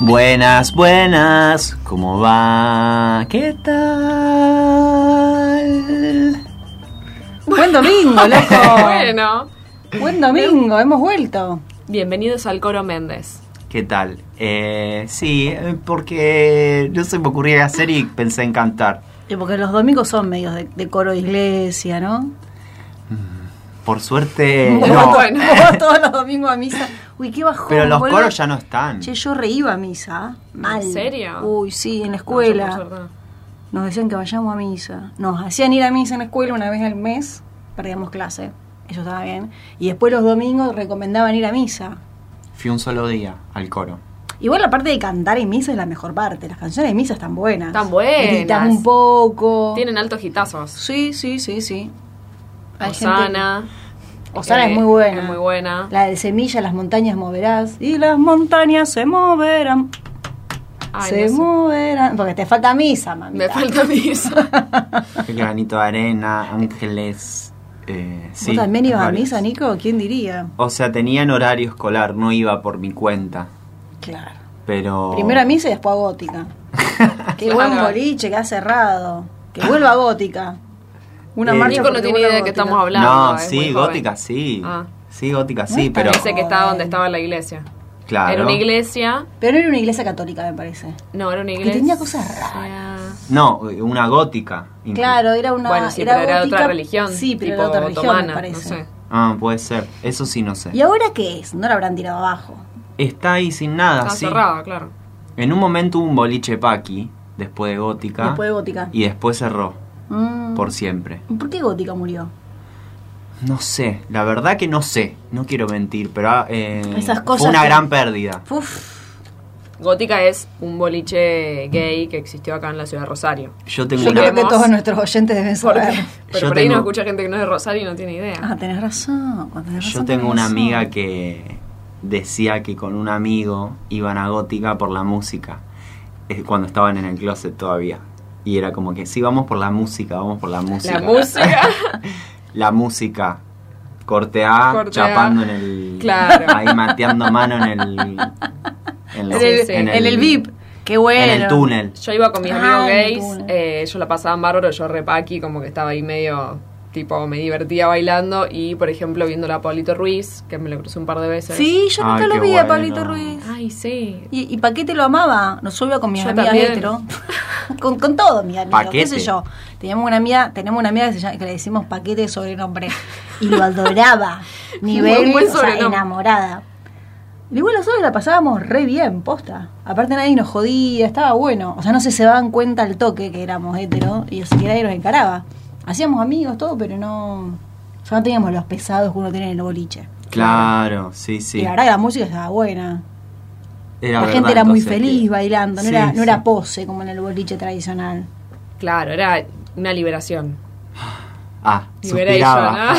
Buenas, buenas, ¿cómo va? ¿Qué tal? Buen domingo, loco. Bueno, Buen domingo, hemos vuelto. bienvenidos al Coro Méndez. ¿Qué tal? Eh, sí, eh, porque no se me ocurría qué hacer y pensé en cantar. Y porque los domingos son medios de, de coro de iglesia, ¿no? Por suerte, Bueno, Eh, no. bueno. Vos todos los domingos a misa. Uy, qué bajón. Pero los boludo. coros ya no están. Che, yo reíba a misa. ¿ah? Mal. ¿En serio? Uy, sí, en la No, yo escuela. por suerte. Nos decían que vayamos a misa. Nos hacían ir a misa en la escuela una vez al mes. Perdíamos clase. Eso estaba bien. Y después los domingos recomendaban ir a misa. Fui un solo día al coro. Igual la parte de cantar en misa es la mejor parte. Las canciones de misa están buenas. Están buenas. Gritan un poco. Tienen altos hitazos. Sí, sí, sí, sí. Hay gente- Osana. Osana eh, es muy buena. Es muy buena. La de Semilla, las montañas moverás. Y las montañas se moverán. Ay, se no sé. moverán. Porque te falta misa, mamita. Me falta misa. El granito de arena, ángeles. Eh, ¿Vos sí, también ibas varios. a misa, Nico? ¿Quién diría? O sea, tenían horario escolar, no iba por mi cuenta. Claro. Pero. Primero a misa y después a gótica. Qué Claro. buen boliche que ha cerrado. Que vuelva a gótica. Una Eh, marcha Nico no porque tiene vuelva idea de qué gótica. estamos hablando. No, es sí, muy joven. gótica sí. Ah. Sí, gótica No sí, está pero. Dice que estaba donde estaba la iglesia. Claro. Era una iglesia. Pero no era una iglesia católica, me parece. No, era una Que iglesia. tenía cosas raras. No, una gótica. incluso. Claro, era una. Bueno, sí, era pero era gótica. otra religión. Sí, pero tipo era otra religión, otomana, me parece. No sé. Ah, puede ser. Eso sí, no sé. ¿Y ahora qué es? No la habrán tirado abajo. Está ahí sin nada, Estaba Ah, sí. cerrada, claro. En un momento hubo un boliche paqui, después de gótica. Después de Gótica. Y después cerró, Mm. por siempre. ¿Por qué Gótica murió? No sé, la verdad que no sé. No quiero mentir, pero ah, eh, Esas fue cosas una que- gran pérdida. Uf, Gótica es un boliche gay que existió acá en la ciudad de Rosario. Yo tengo yo una. creo que Vemos. todos nuestros oyentes deben saber. Porque, pero Yo por ahí tengo- no escucha gente que no es de Rosario y no tiene idea. Ah, tenés razón. cuando tenés Yo razón, tengo tenés una razón. amiga que decía que con un amigo iban a Gótica por la música, eh, cuando estaban en el closet todavía. Y era como que, sí, vamos por la música, vamos por la música. La música. La música. Corte A, Corte A. chapando en el... Claro. Ahí mateando mano en el... En, En los- el, sí. en el VIP. Qué bueno. En el túnel. Yo iba con mis Ah, amigos en el gays, túnel. eh, yo la pasaba bárbaro, yo repaqui, como que estaba ahí medio, tipo, me divertía bailando y, por ejemplo, viéndola a Pablito Ruiz, que me lo crucé un par de veces. Sí, yo nunca Ay, lo qué vi a bueno. Pablito Ruiz. Ay, sí. ¿Y, y Paquete lo amaba? Nos subía con mis Yo amigas también. hetero. con, con todo, mi amigo. ¿Qué sé Paquete. yo? Teníamos una amiga, tenemos una amiga que, se llama- que le decimos Paquete de sobrenombre. Y lo adoraba. Nivel, Muy buen o sea, sobrenombre. enamorada. Y bueno, nosotros la pasábamos re bien, posta. Aparte nadie nos jodía, estaba bueno. O sea, no se se daban cuenta al toque que éramos hetero y así que nadie nos encaraba. Hacíamos amigos, todo, pero no... O sea, no teníamos los pesados que uno tiene en el boliche. Claro, sí, sí. Y la verdad que la música estaba buena. Era La verdad, gente era muy entonces, que- feliz bailando, no, Sí, era, no sí. era pose como en el boliche tradicional. Claro, era una liberación. Ah, Liberation, suspiraba. ¿ah?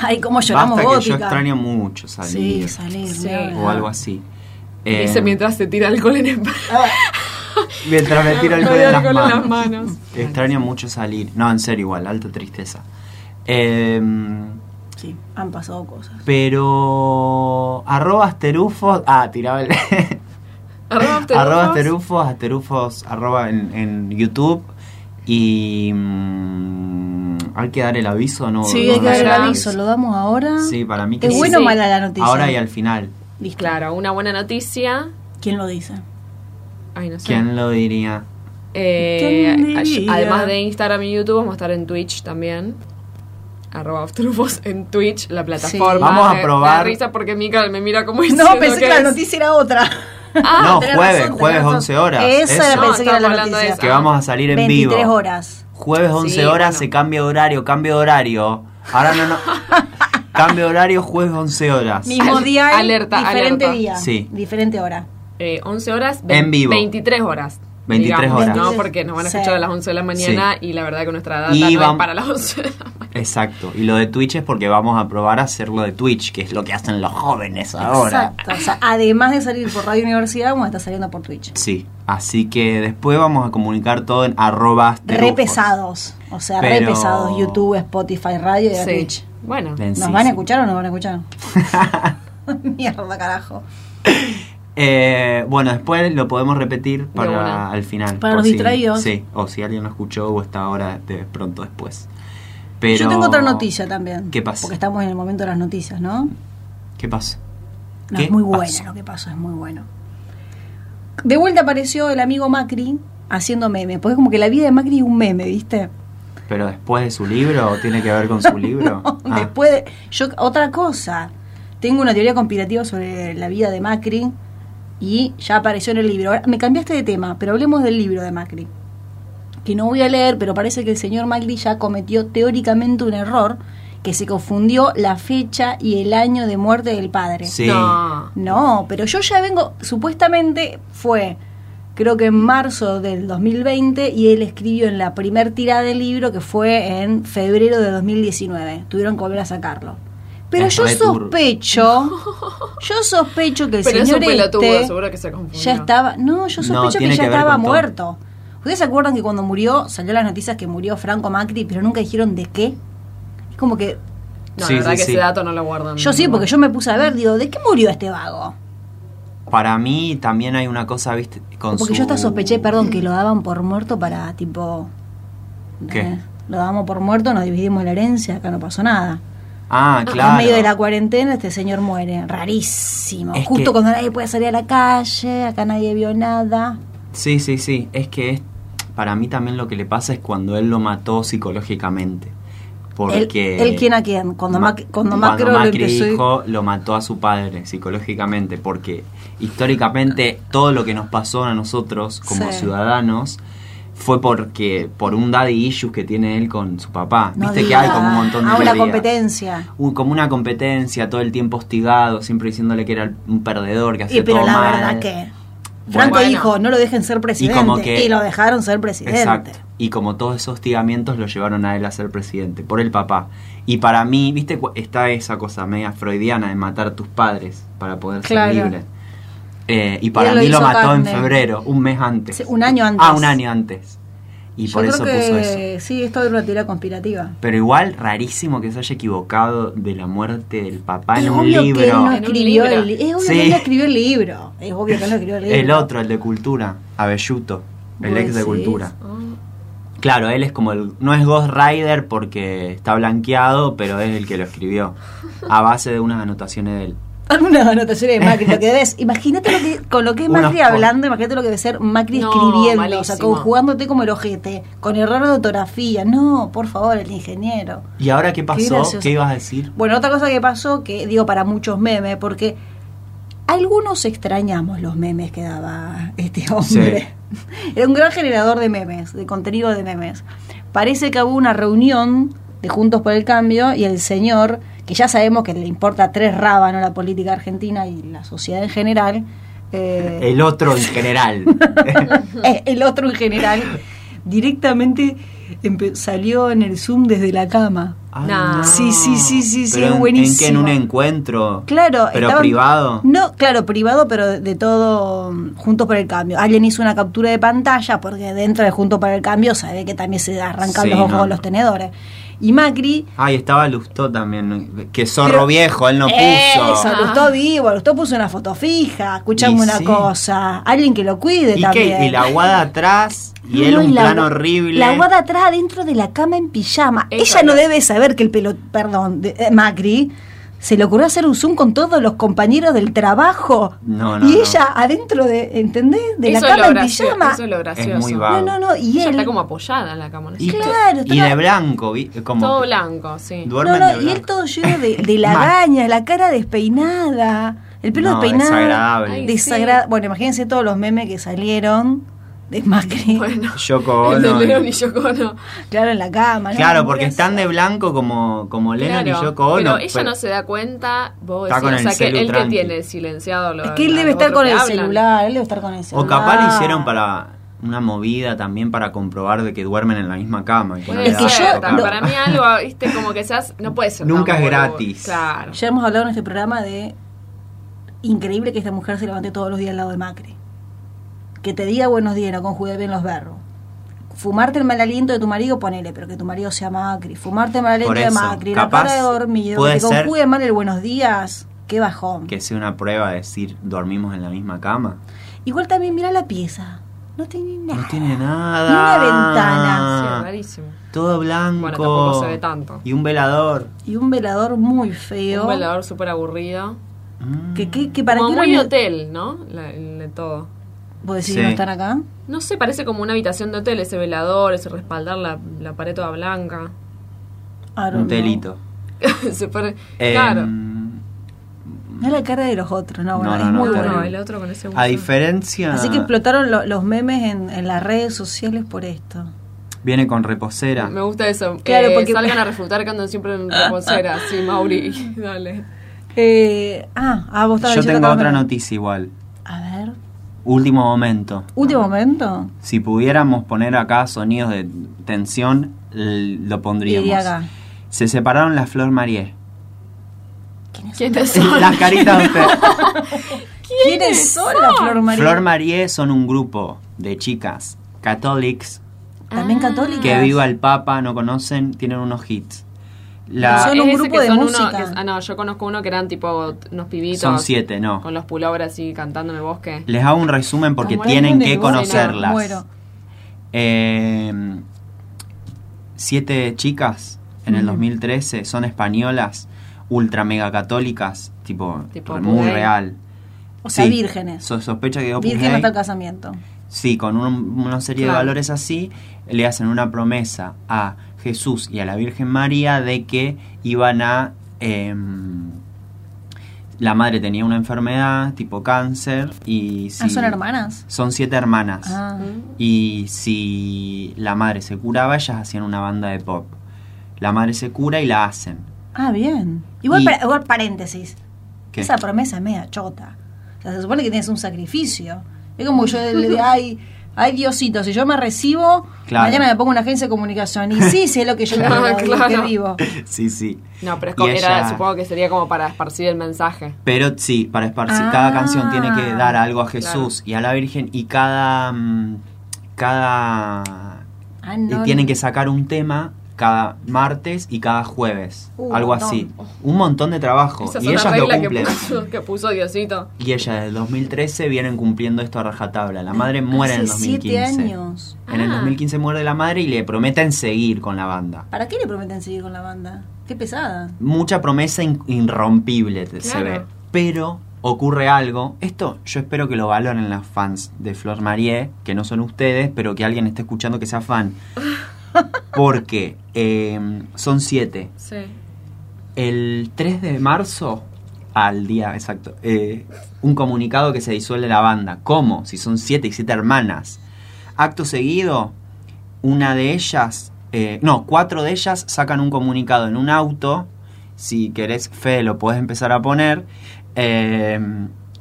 Ay, cómo lloramos Basta que yo gótica. extraño mucho sí, salir. salir. Sí. ni o hablar. algo así. Dice Eh, mientras se tira alcohol en el... Ah, Mientras me tiro el Me alcohol dio en las alcohol en manos. las manos. Extraño mucho salir. No, en serio, igual, alta tristeza. Em, sí, han pasado cosas. pero. Arroba asterufos. Ah, tiraba el. Arroba After arroba Hours. asterufos, asterufos, arroba en, en YouTube. Y. mm, hay que dar el aviso, ¿no? sí, No, hay que no dar el sé. ya. aviso, lo damos ahora. Sí, para mí que ¿Es sí. bueno o Sí. mala la noticia? Ahora y al final. Listo. Claro, una buena noticia. ¿Quién lo dice? Ay, no sé. ¿Quién lo diría? Eh, ¿Quién ay- diría? además de Instagram y YouTube, vamos a estar en Twitch también. Arroba Afterufos en Twitch, la plataforma. Sí. Vamos a Me- me da probar. risa porque Mica me mira como diciendo No, pensé que, que la es- noticia era otra. Ah, no, jueves, jueves 11 horas. Esa eso. era, pensé que era la estamos hablando de noticia. esa. que vamos a salir en vivo. 23 horas. Jueves 11 Sí, horas bueno. se cambia de horario, cambio de horario. Ahora no, no. cambio de horario jueves 11 horas. Mismo Al- día, alerta, diferente alerta. día. Sí. Diferente hora. eh, 11 horas, En vivo. 23 horas. 23 digamos, horas. No, porque nos van a escuchar Sí. a las 11 de la mañana y la verdad que nuestra data Y no vam- es para las 11 de la mañana. Exacto. Y lo de Twitch es porque vamos a probar a hacer lo de Twitch, que es lo que hacen los jóvenes ahora. Exacto. O sea, además de salir por Radio Universidad, vamos a estar saliendo por Twitch. Sí. Así que después vamos a comunicar todo en arroba Re asterujos. pesados. O sea, re Pero- pesados. YouTube, Spotify, radio y Sí. Twitch. Bueno, Ven, ¿Nos sí, van sí. a escuchar o no van a escuchar? Mierda, carajo. Eh, bueno, después lo podemos repetir para una. al final. Para por los si- distraídos. Sí, o si alguien lo escuchó o está ahora de pronto después. Pero, Yo tengo otra noticia también. ¿Qué pasa? Porque estamos en el momento de las noticias, ¿no? ¿Qué pasa? No, ¿Qué es muy bueno pasó? lo que pasó, es muy bueno. De vuelta apareció el amigo Macri haciendo memes, porque como que la vida de Macri es un meme, ¿viste? ¿Pero después de su libro? ¿Tiene que ver con su libro? No, Ah, Después, de- yo otra cosa. Tengo una teoría conspirativa sobre la vida de Macri y ya apareció en el libro. Ahora, me cambiaste de tema, pero hablemos del libro de Macri. Que no voy a leer, pero parece que el señor Macri ya cometió teóricamente un error, que se confundió la fecha y el año de muerte del padre. Sí. No. No, pero yo ya vengo, supuestamente fue, creo que en marzo del 2020, y él escribió en la primer tirada del libro que fue en febrero de 2019. Tuvieron que volver a sacarlo. Pero Es yo re turbo. sospecho, yo sospecho que el Pero es un señor pelotudo, este seguro que se confundió. ya estaba, no, yo No, sospecho que tiene ya que ver estaba con todo. muerto. ¿Ustedes se acuerdan que cuando murió salió las noticias que murió Franco Macri, pero nunca dijeron de qué? Es como que No, Sí, la verdad sí, que sí. ese dato no lo guardan. yo sí, porque yo me puse a ver, digo, ¿de qué murió este vago? Para mí también hay una cosa, ¿viste? Con Porque su- yo hasta sospeché, perdón, que lo daban por muerto para tipo. ¿Qué? ¿eh? Lo dábamos por muerto, nos dividimos la herencia, acá no pasó nada. Ah, claro. En medio de la cuarentena, este señor muere. Rarísimo. Es Justo que- cuando nadie puede salir a la calle, acá nadie vio nada. Sí, sí, sí. Es que es- para mí también lo que le pasa es cuando él lo mató psicológicamente. Porque. ¿Él- él quién a quién? Cuando Mac- cuando Macri lo Macri empezó y- dijo, lo mató a su padre psicológicamente. Porque históricamente todo lo que nos pasó a nosotros como Sí. ciudadanos fue porque por un daddy issues que tiene él con su papá. No Viste que diga. hay como un montón de Ah, una teorías. competencia. Un- como una competencia, todo el tiempo hostigado, siempre diciéndole que era un perdedor, que hacía Y, pero todo la mal. verdad que. Franco Bueno. dijo, no lo dejen ser presidente. Y, como que- lo dejaron ser presidente. Exacto. Y como todos esos hostigamientos lo llevaron a él a ser presidente, por el papá. Y para mí, viste, Cu- está esa cosa media freudiana de matar a tus padres para poder Claro. ser libre. Eh, y él para lo mí lo hizo mató en Gardner. febrero, un mes antes. Sí, un año antes. Ah, un año antes. Y Yo por creo eso que puso eso. sí, esto es una teoría conspirativa. Pero igual, rarísimo que se haya equivocado de la muerte del papá es en un obvio libro. que él no En un escribió libro. el li- Es obvio Sí. que él no escribió el libro. Es obvio que él no escribió el libro. El otro, el de cultura, Abelluto, el ¿Vos ex de decís? cultura. Ah. Claro, él es como el. No es Ghost Rider porque está blanqueado, pero es el que lo escribió. A base de unas anotaciones de él. Algunas anotaciones de Macri, lo que ves. Imagínate lo que, con lo que es Unas Macri po- hablando, imagínate lo que debe ser Macri No, escribiendo, o sea, malísimo. conjugándote como el ojete, con error de ortografía. No, por favor, el ingeniero. ¿Y ahora qué pasó? gracioso. ¿Qué, ibas a decir? Bueno, otra cosa que pasó, que digo para muchos memes, porque algunos extrañamos los memes que daba este hombre. Era un gran generador de memes, de contenido de memes. Parece que hubo una reunión de Juntos por el Cambio y el señor, que ya sabemos que le importa tres rábanos la política argentina y la sociedad en general, eh, El otro en general. eh, el otro en general, directamente empe- salió en el Zoom desde la cama. Ay, Nah. Sí, sí, sí, sí, sí, Pero en- es ¿En qué? ¿En buenísimo. un encuentro? Claro, ¿Pero estaban- privado? No, claro, privado, pero de todo mm, Juntos por el Cambio. Alguien hizo una captura de pantalla porque dentro de Juntos por el Cambio se ve que también se arrancan Sí, los ojos no, con los no. tenedores. Y Macri. Ay, estaba Lustó también. Que zorro Pero- viejo, él no puso. Eso, Lustó vivo, Lustó puso una foto fija. Escuchame Y una sí. cosa. Alguien que lo cuide ¿Y también. qué? ¿Y la guada atrás? ¿Y No, él no, un la- plan horrible? La guada atrás adentro de la cama en pijama. Eso Ella no era. debe saber que el pelo, perdón, de- eh, Macri se le ocurrió hacer un zoom con todos los compañeros del trabajo. No, no, Y no. ella adentro de, ¿entendés? De Eso la es cama lo en gracio- pijama. Eso es lo gracioso. muy vago. no, no, no, y Ella él está como apoyada en la cámara. Y, Claro, y está- de blanco, vi- como Todo blanco, sí. Duermen no, de no, y blanco. él todo lleno de, de Mal. lagañas, la cara despeinada, el pelo No, despeinado. desagradable. Ay, Desagra- sí. Bueno, imagínense todos los memes que salieron de Macri, Bueno. Yoko el de Ono y- León y Yoko Ono. claro, en la cama. ¿no? Claro, porque Gracias. están de blanco como, como Lennon Claro, y Yoko Ono. Pero ella pero- no se da cuenta. Vos Está decís, con el o sea, celu que él que tranqui. tiene silenciado lo Es que él lo debe estar otro con que el hablan. celular, él debe estar con el celular. O capaz lo hicieron para una movida también para comprobar de que duermen en la misma cama. que no Puede le Es que da ser, yo- tocar. pero lo- Para mí algo, viste, como que seas... No puede ser. tan Nunca es boludo. gratis. Claro. Ya hemos hablado en este programa de increíble que esta mujer se levante todos los días al lado de Macri. Que te diga buenos días, no conjugué bien los verbos. Fumarte el mal aliento de tu marido, ponele, pero que tu marido sea Macri. Fumarte el mal aliento Por de eso, Macri, la capaz cara de dormido, puede que te ser- conjugue mal el buenos días. Qué bajón. Que sea una prueba de decir, dormimos en la misma cama. Igual también mira la pieza. No tiene nada. No tiene Ni una nada. Ah. Sí, ventana. rarísimo. Todo blanco. Bueno, tampoco se ve tanto. Y un velador. Y un velador muy feo. Un velador súper aburrido. Mm. Que, que, que para como qué muy una- hotel, ¿no? La- el de todo. ¿Vos decís Sí. no están acá? No sé, parece como una habitación de hotel, ese velador, ese respaldar la, la pared toda blanca. Ah, no, Un no. telito. Se pone- Em, Claro. Mira la cara de los otros, no, bueno, No, no, es no, muy No, bueno. no, terrible. el otro con ese A buzo. diferencia, Así que explotaron lo- los memes en, en las redes sociales por esto. viene con reposera. Me gusta eso. Claro, Claro, porque- porque salgan a refutar que andan siempre en reposera. Sí, Mauri, dale. Eh, ah, ah, vos estabas Yo diciendo tengo que otra estabas- noticia igual. A ver, Último momento. último momento. Si pudiéramos poner acá sonidos de tensión, l- lo pondríamos. Iría acá. Se separaron las Flor Marie. ¿Quiénes son? ¿Quiénes son? Las caritas de usted. ¿Quiénes son las Flor María? Flor Marie son un grupo de chicas católicas También católicas. que viva el Papa, no conocen, tienen unos hits. La- Ah, Son un ese grupo que de son uno- música. que es- ah, no, yo conozco uno que eran tipo t- unos pibitos. son siete, no. Con los pulobras así cantando en el bosque. Les hago un resumen porque Estamos tienen hablando de que vos, conocerlas. Muero. Eh, siete chicas en el 2013 son españolas, ultra mega católicas, tipo, Tipo re- muy Opus Dei. real. O sea, vírgenes. so- sospecha que Opus Virgen Dei- hasta el casamiento. Ah, Sí, con un- una serie de Claro. valores así, le hacen una promesa a Jesús y a la Virgen María de que iban a... em, la madre tenía una enfermedad tipo cáncer y... Si, Ah, son hermanas. Son siete hermanas. Ah. Y si la madre se curaba, ellas hacían una banda de pop. La madre se cura y la hacen. Ah, bien. Igual, Y- pa- igual paréntesis. ¿Qué? Esa promesa es media chota. O sea, se supone que tienes un sacrificio. Es como yo le digo, ay, ay Diosito, si yo me recibo, Claro. Ah, mañana me pongo en una agencia de comunicación. Y sí, sé lo que yo Claro, quiero, y lo que claro. vivo. Sí, sí. No, pero es Y como, era, ella- supongo que sería como para esparcir el mensaje. Pero sí, para esparcir, Ah. cada canción tiene que dar algo a Jesús y a la Virgen y cada... mm, cada... Ah, y no, tienen que sacar un tema cada martes y cada jueves. Uh, algo montón. así. Un montón de trabajo. Esa es y una ellas lo regla que cumplen. puso, que puso Diosito. Y ellas desde el 2013 vienen cumpliendo esto a rajatabla. La madre muere en el Hace 2015. siete años. En el Ah. 2015 muere la madre y le prometen seguir con la banda. ¿Para qué le prometen seguir con la banda? Qué pesada. Mucha promesa in- irrompible te- se Claro. ve. Pero ocurre algo. Esto yo espero que lo valoren las fans de Flor Marie, que no son ustedes, pero que alguien esté escuchando que sea fan. Porque eh, son siete. Sí. El 3 de marzo, al día exacto, eh, un comunicado que se disuelve la banda. ¿Cómo? Si son siete y siete hermanas. Acto seguido, una de ellas, eh, no, cuatro de ellas sacan un comunicado en un auto. Si querés, Fe, lo podés empezar a poner. eh,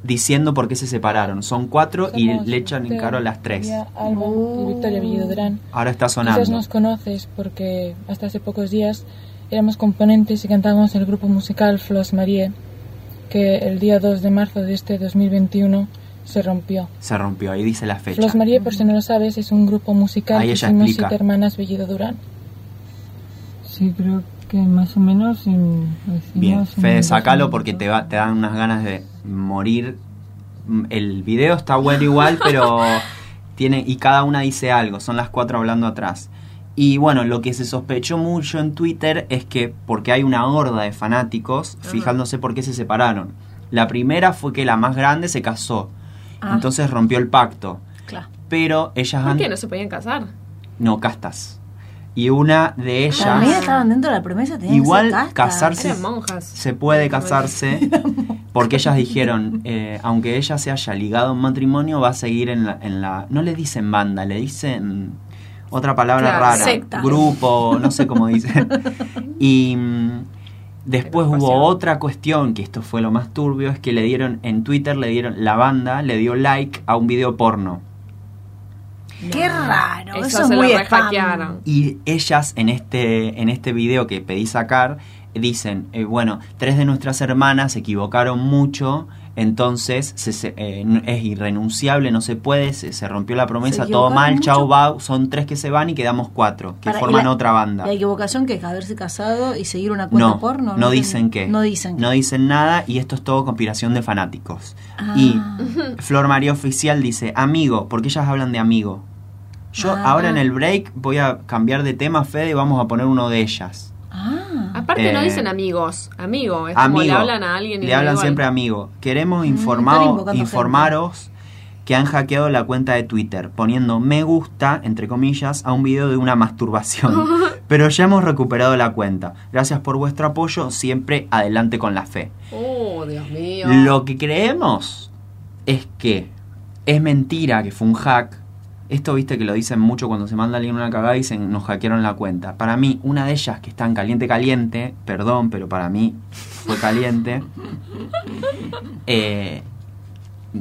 diciendo por qué se separaron. Son cuatro y Somos le echan en Esteban, caro a las tres. María, Alba y Victoria Villodrán. Ahora está Quizás sonando. nos conoces porque hasta hace pocos días éramos componentes y cantábamos en el grupo musical Flos Marie, que el día 2 de marzo de este 2021 se rompió. Se rompió, ahí dice la fecha. Flos Marie, por si no lo sabes, es un grupo musical Ahí que ella hicimos explica. siete hermanas Bellido Durán. Sí, creo que más o menos. Bien, Fede, sacalo porque te, va, te dan unas ganas de morir. Mm, El video está bueno igual, pero tiene. Y cada una dice algo, son las cuatro hablando atrás. Y bueno, lo que se sospechó mucho en Twitter es que, porque hay una horda de fanáticos, fijándose por qué se separaron. La primera fue que la más grande se casó, Ah. entonces rompió el pacto. Claro. Pero ellas ¿Por han. qué no se podían casar? No, castas. Y una Ah, de ellas. También estaban dentro de la promesa, tenían Igual que ser castas. casarse- Eran monjas. se puede casarse porque ellas dijeron, eh, aunque ella se haya ligado a un matrimonio, va a seguir en la, en la... No le dicen banda, le dicen otra palabra Claro, rara. secta. Grupo, no sé cómo dicen. y mm, después hubo Agrupación. otra cuestión, que esto fue lo más turbio, es que le dieron, en Twitter le dieron, la banda le dio like a un video porno. Qué raro, eso, Eso es se lo muy spam. rehackearon. Y ellas en este, en este video que pedí sacar dicen, eh, bueno, tres de nuestras hermanas se equivocaron mucho, Entonces se- se- eh, n- es irrenunciable, no se puede, se, se rompió la promesa, todo equivocaron mal, mucho. chau, bau, son tres que se van y quedamos cuatro, que Para- forman y la- otra banda. La equivocación que es haberse casado y seguir una cuenta no, porno. No dicen entendí. qué. No dicen qué. No dicen nada y esto es todo conspiración de fanáticos. Ah. Y Flor María Oficial dice, amigo, porque ellas hablan de amigo. Yo Ah. ahora en el break voy a cambiar de tema, Fede, y vamos a poner uno de ellas. Ah. Aparte no Eh, dicen amigos, amigo, es como amigo. le hablan a alguien y Le hablan igual. siempre amigo. Queremos Mm, están informar, invocando informaros que han hackeado la cuenta de Twitter poniendo me gusta, entre comillas, a un video de una masturbación. Pero ya hemos recuperado la cuenta. Gracias por vuestro apoyo. Siempre adelante con la fe. Oh, Dios mío. Lo que creemos es que es mentira que fue un hack. Esto viste que lo dicen mucho cuando se manda alguien una cagada y dicen nos hackearon la cuenta. Para mí, una de ellas que está en caliente caliente, perdón, pero para mí fue caliente, eh,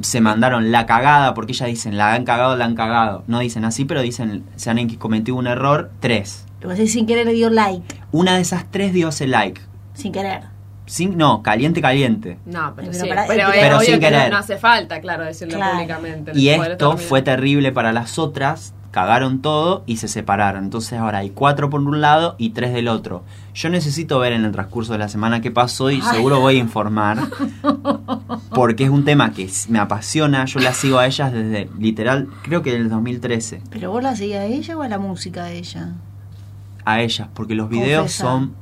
se mandaron la cagada porque ellas dicen la han cagado, la han cagado. No dicen así, pero dicen se han cometido un error, tres. Lo que pasa es que sin querer le dio like. Una de esas tres dio ese like. Sin querer. Sin, no, caliente caliente. No, pero, Pero sí. para- pero es Pero obvio sin que querer. no, no hace falta, claro, decirlo Claro. públicamente. Y Poder esto terminar. fue terrible para las otras, cagaron todo y se separaron. Entonces ahora hay cuatro por un lado y tres del otro. Yo necesito ver en el transcurso de la semana qué pasó y seguro voy a informar. Porque es un tema que s- me apasiona, yo la sigo a ellas desde literal, creo que del 2013. ¿Pero vos la seguías a ella o a la música de ella? A ellas, porque los videos Confesa. son...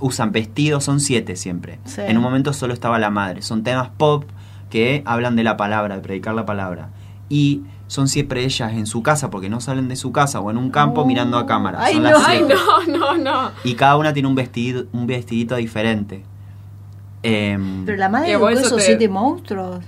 Usan vestidos, son siete siempre. Sí. En un momento solo estaba la madre. Son temas pop que hablan de la palabra, de predicar la palabra. Y son siempre ellas en su casa, porque no salen de su casa o en un campo Oh. mirando a cámara. Ay, Son no. las Ay, siete. no, no, no. Y cada una tiene un, vestido, un vestidito diferente. Em, Pero la madre Que educó vos eso esos te- siete monstruos.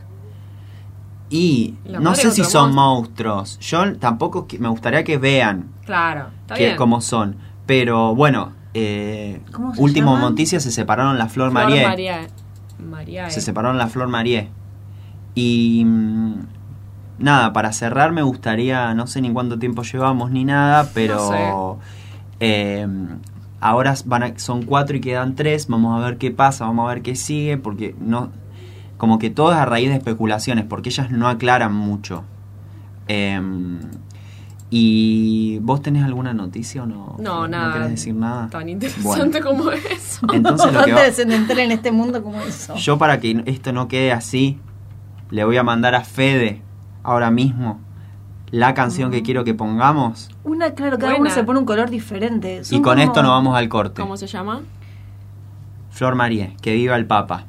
y La no madre sé es si otro son monstruos. Yo tampoco que- me gustaría que vean Claro, está que, bien. cómo son. Pero bueno, eh, ¿Cómo se último llaman? noticia, se separaron la Flor, Flor María. María. María, eh. Se separaron la Flor María. Y mm, nada, para cerrar me gustaría, no sé ni cuánto tiempo llevamos ni nada, pero eh, ahora van a- son cuatro y quedan tres, vamos a ver qué pasa, vamos a ver qué sigue, porque no, como que todo es a raíz de especulaciones, porque ellas no aclaran mucho. Em, ¿Y vos tenés alguna noticia o no? No, ¿No nada. querés decir nada? Tan interesante como eso. Entonces lo no que te va- entrar en este mundo como eso. yo para que esto no quede así, le voy a mandar a Fede ahora mismo la canción que quiero que pongamos Una, claro, cada Buena. uno se pone un color diferente. Son y con como- esto nos vamos al corte. ¿Cómo se llama? Flor María, que viva el Papa.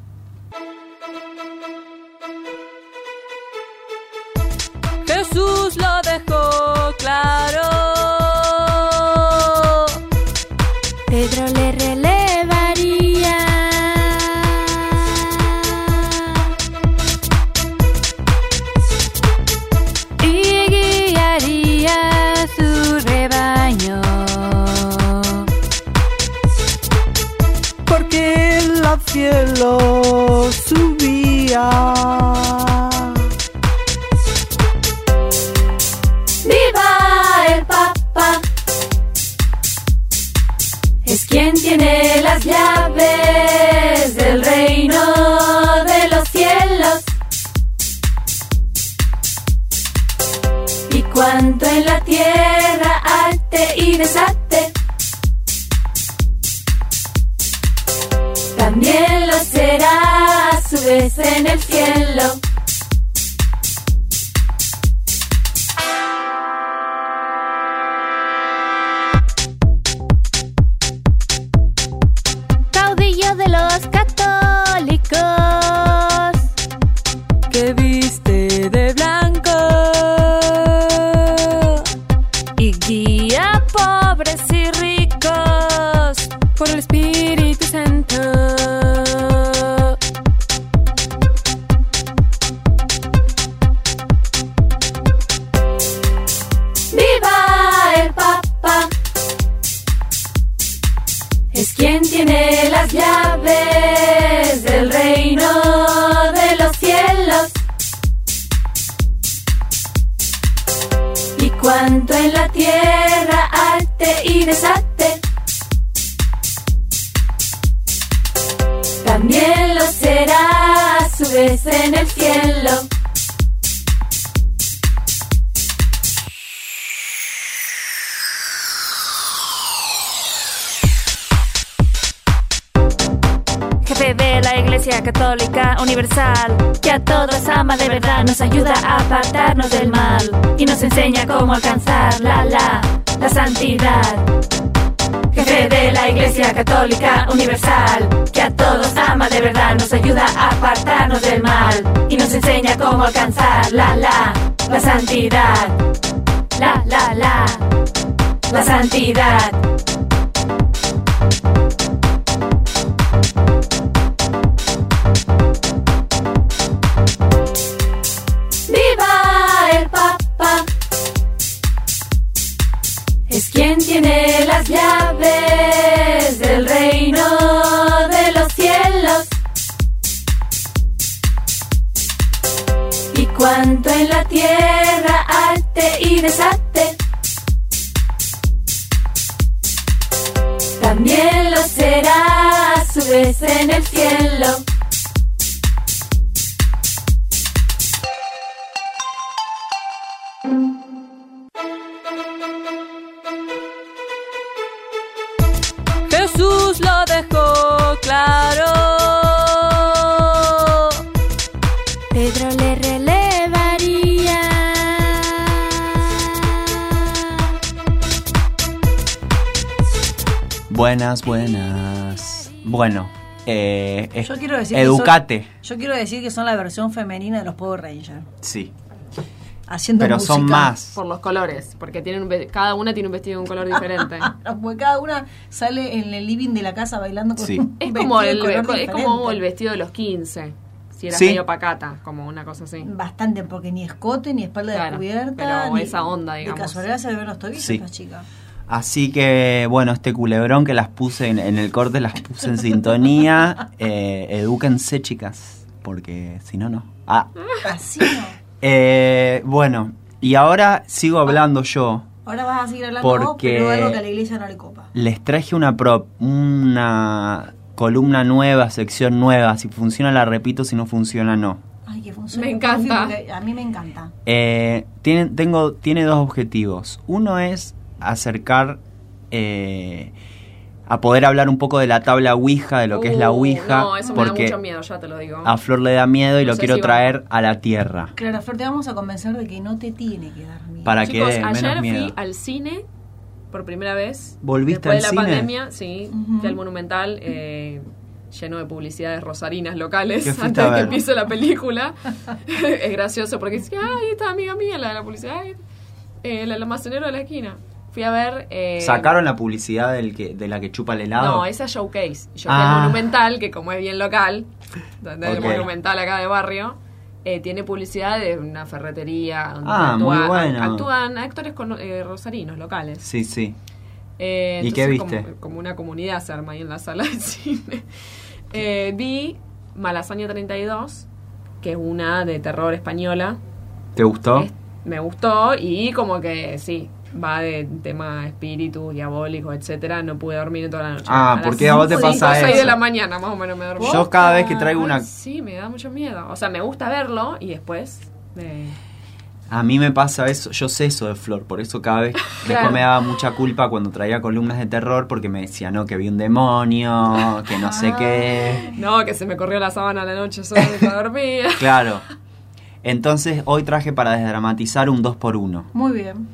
Jesús lo dejó claro. Pedro le relevaría. y guiaría su rebaño. Porque él al cielo subía. ¡Viva el Papa! Es quien tiene las llaves del reino de los cielos. Y cuanto en la tierra arte y desate, también lo será a su vez en el cielo. caudillo de los católicos. Que viste de blanco. y guía a pobres y ricos por el Espíritu Santo. ¡Viva el Papa! Es quien tiene las llaves del reino de los cielos. y cuanto en la tierra arte y desate. También lo será a su aves en el cielo. Jefe de la Iglesia Católica Universal, que a todos ama de verdad, nos ayuda a apartarnos del mal y nos enseña cómo alcanzar la la, la santidad. Jefe de la Iglesia Católica Universal, que a todos ama de verdad, nos ayuda a apartarnos del mal y nos enseña cómo alcanzar la la, la santidad. La la la, la santidad. ¡Viva el Papa! Es quien tiene las llaves del reino de los cielos. Y cuanto en la tierra arte y desate, también lo será a su vez en el cielo. Jesús lo dejó claro. Pedro le relevaría. Buenas, buenas. Bueno, eh, es- Yo quiero decir que educate. son- yo quiero decir que son la versión femenina de los Power Rangers. Sí, Haciendo pero música. son más. Por los colores, porque tienen un ve- cada una tiene un vestido de un color diferente. Porque cada una sale en el living de la casa bailando con Sí. un es, vestido como de el, color es como diferente. el vestido de los 15. Si era Sí. medio pacata, como una cosa así. Bastante, porque ni escote, ni espalda Claro, descubierta. pero ni- esa onda, digamos. De casualidad se le ven los tobillos Sí. a esta chica. Así que, bueno, este culebrón que las puse en, en el corte, las puse en sintonía. Eh, edúquense, chicas, porque si no, no. Ah, Así no. eh, bueno, y ahora sigo hablando yo. Ahora vas a seguir hablando vos, Porque- pero algo que a la iglesia no le copa. Les traje una prop, una columna nueva, sección nueva. Si funciona, la repito, si no funciona, no. Ay, que funciona. Me encanta. Porque A mí me encanta. Eh, tiene, tengo, tiene dos objetivos. Uno es acercar eh, a poder hablar un poco de la tabla Ouija, de lo que es la Uh, Ouija, No, eso me da porque mucho miedo, ya te lo digo. a Flor le da miedo y No lo sé quiero si va. traer a la tierra Claro, Flor, te vamos a convencer de que no te tiene que dar miedo. para Chicos, que dé ayer menos fui miedo. al cine por primera vez. ¿Volviste Después de al la cine? pandemia, sí. Ujú. Fui al Monumental, eh, lleno de publicidades rosarinas locales ¿Qué fuiste antes a de que ver? empiece la película. es gracioso porque dice, ay, esta amiga mía, la de la publicidad, ay, eh, la del almacenero de la esquina. Fui a ver... eh, ¿Sacaron la publicidad del que, de la que chupa el helado? No, esa showcase. Yo fui Ah. al Monumental, que como es bien local, donde el Ok. Monumental acá de barrio, eh, tiene publicidad de una ferretería donde Ah, muy actúa- bueno. actúan actores con, eh, rosarinos locales. Sí, sí. Eh, ¿Y qué entonces, viste? Como, como una comunidad se arma ahí en la sala de cine. Eh, vi Malasaña 32, que es una de terror española. ¿Te gustó? Es- me gustó y como que sí, va de tema espíritus, diabólicos, etcétera. No pude dormir en toda la noche. Ah, las ¿por qué a vos te cinco, pasa seis eso? de la mañana más o menos me dormí. Yo cada vez que traigo Ay, una... Sí, me da mucho miedo. O sea, me gusta verlo y después... me- A mí me pasa eso, yo sé eso de Flor, por eso cada vez Claro. después me daba mucha culpa cuando traía columnas de terror porque me decía, no, que vi un demonio, que no sé qué. No, que se me corrió la sábana a la noche sola mientras dormía. Ah. Claro. Entonces hoy traje para desdramatizar un 2x1. Muy bien.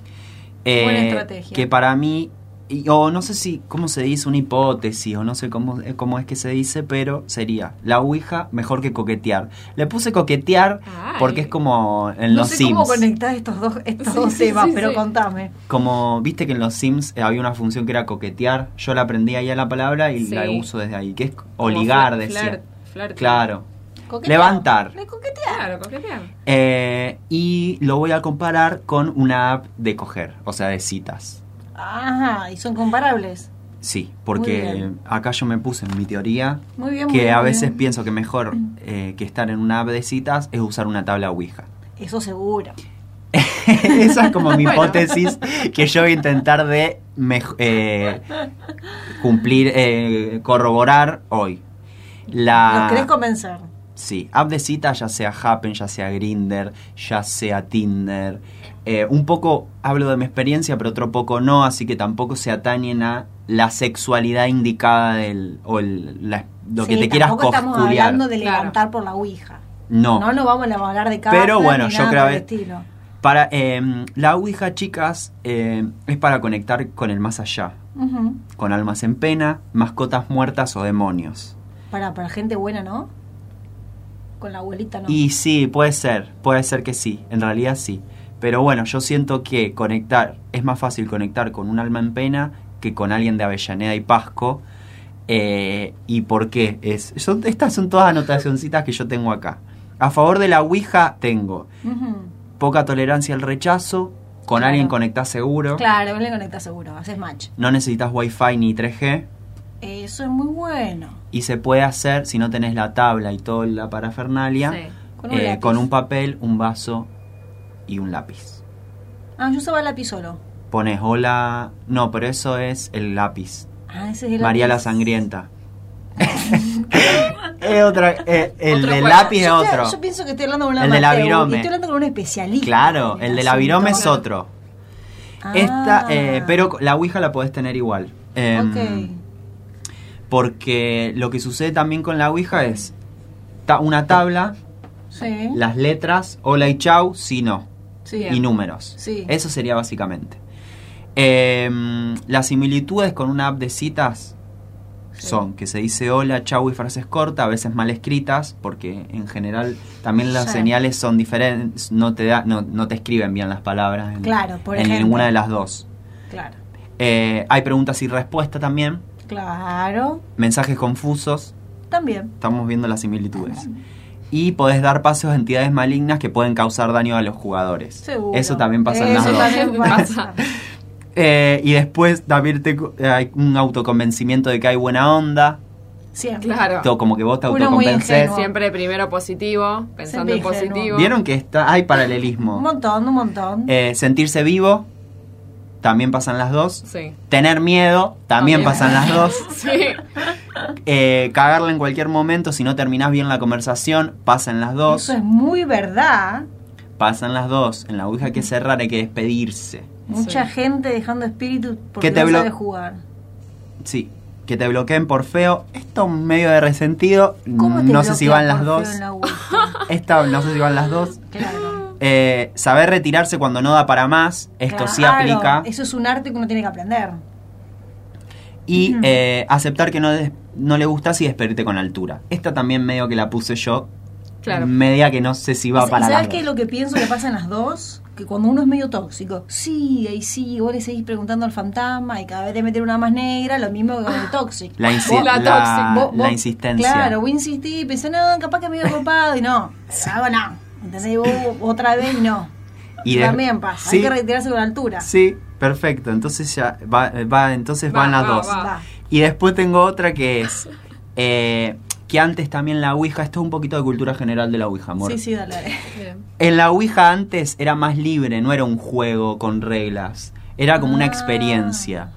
Buena estrategia. Eh, Que para mí, y- o no sé si, cómo se dice, una hipótesis, o no sé cómo, eh, cómo es que se dice, pero sería la Ouija mejor que coquetear. Le puse coquetear Ay. porque es como en no los sé Sims. cómo conectar estos dos, estos Sí, dos sí, temas, sí, pero sí. contame. Como viste que en los Sims eh, había una función que era coquetear, yo la aprendí ahí a la palabra y Sí. la uso desde ahí, que es Como oligar, flir- decía. flirt- flirting. Claro. Coquetear. Levantar. Me coquetear. Claro, coquetear. Eh, y lo voy a comparar con una app de coger, o sea, de citas. Ajá, y son comparables. Sí, Muy porque bien. acá yo me puse en mi teoría Muy bien, muy que bien, Mm. a muy veces bien. pienso que mejor eh, que estar en una app de citas es usar una tabla Ouija. Eso seguro. Esa es como mi Bueno. hipótesis que yo voy a intentar de mej- eh, cumplir, eh, corroborar hoy. La, Ah, Los querés convencer. Sí, app de cita, ya sea Happen, ya sea Grinder, ya sea Tinder. Eh, un poco hablo de mi experiencia, pero otro poco no, así que tampoco se atañen a la sexualidad indicada del, o el- la- lo que Sí, te quieras tampoco estamos cosculiar. hablando de Claro. levantar por la ouija. No. No, no vamos a hablar de cada Pero bueno, yo creo que- estilo. Para, eh, la Ouija, chicas, eh, es para conectar con el más allá, Ujú. con almas en pena, mascotas muertas o demonios. Para, para gente buena, ¿no? Con la abuelita, ¿no? Y sí, puede ser, puede ser que sí, en realidad sí. Pero bueno, yo siento que conectar, es más fácil conectar con un alma en pena que con alguien de Avellaneda y Pasco. Eh, ¿Y por qué? Es, son- estas son todas anotacioncitas que yo tengo acá. A favor de la Ouija tengo Ujú. poca tolerancia al rechazo, con Claro. alguien conectás seguro, Claro, vos le conectás seguro, haces match. no necesitas wifi ni 3G Eso es muy bueno. y se puede hacer si no tenés la tabla y toda la parafernalia Sí. Con un eh, lápiz. con un papel, un vaso y un lápiz. Ah, yo usaba el lápiz solo. Pones hola. No, pero eso es el lápiz. Ah, ese es el María la lápiz. Sangrienta. es otra, eh, el Otro del juego. lápiz es Yo, otro. yo pienso que estoy hablando con una El del amateur, avirome. y Estoy hablando con un especialista. Claro, en el del asunto. avirome es otro. Ah, Esta, eh, pero la Ouija la podés tener igual. Em, ok. Porque lo que sucede también con la Ouija es ta- una tabla, Sí. las letras, hola y chau, si no. sí. y números. Sí. Eso sería básicamente. Em, las similitudes con una app de citas son que se dice hola, chau y frases cortas, a veces mal escritas, porque en general también las Sí. señales son diferentes, no te, da, no, no te escriben bien las palabras en, Claro, por en ejemplo. ninguna de las dos. Claro. Eh, hay preguntas y respuestas también, Claro. mensajes confusos, También. estamos viendo las Ah. similitudes. Y podés dar pasos a entidades malignas que pueden causar daño a los jugadores. Seguro. Eso también pasa en las Eso dos. también pasa. Pasa. Eh, y después también te- hay un autoconvencimiento de que hay buena onda. Siempre. Claro. Todo como que vos te Uno muy autoconvences. ingenuo. Siempre primero positivo, pensando en Siempre ingenuo. positivo. Vieron que está, hay Un paralelismo. montón, un montón. Eh, sentirse vivo, también pasan las dos. Sí. Tener miedo, también También. pasan las dos. Sí. Eh, cagarla en cualquier momento, si no terminás bien la conversación, pasan las dos. Eso es muy verdad. Pasan las dos. En la Ouija hay que cerrar, hay que despedirse. Mucha Sí. gente dejando espíritu porque ¿Qué te no blo- sabe jugar. Sí. Que te bloqueen por feo. Esto es medio de resentido. ¿Cómo te No sé si bloqueas van las por dos. feo en la Ouija? Esta no sé si van las dos. Claro. Eh, saber retirarse cuando no da para más, esto sí Claro, aplica. Eso es un arte que uno tiene que aprender. Y eh, aceptar que no, des- no le gustas y despedirte con altura. Esta también medio que la puse yo, Claro. media que no sé si va ¿Y para ¿Sabes las qué es dos. lo que pienso que pasa en las dos? Que cuando uno es medio tóxico, sigue y sigue, vos le seguís preguntando al fantasma y cada vez te meten una más negra, lo mismo que con el tóxico. La, insi- Vos- la, la toxic, Vos- Ah, la vos- insistencia. Claro, vos insistís, pensé, no, capaz que me había copado y no. Hago no. Entonces vos otra vez y no. Y de- también pasa. sí. Hay que retirarse con altura. Sí, perfecto. Entonces ya va, va- entonces Va, van las va, dos. va. Va. Y después tengo otra que es eh, que antes también la Ouija, esto es un poquito de cultura general de la Ouija, amor. Sí, sí, dale. dale. Bien. En la Ouija antes era más libre, no era un juego con reglas, era como una Ah. experiencia.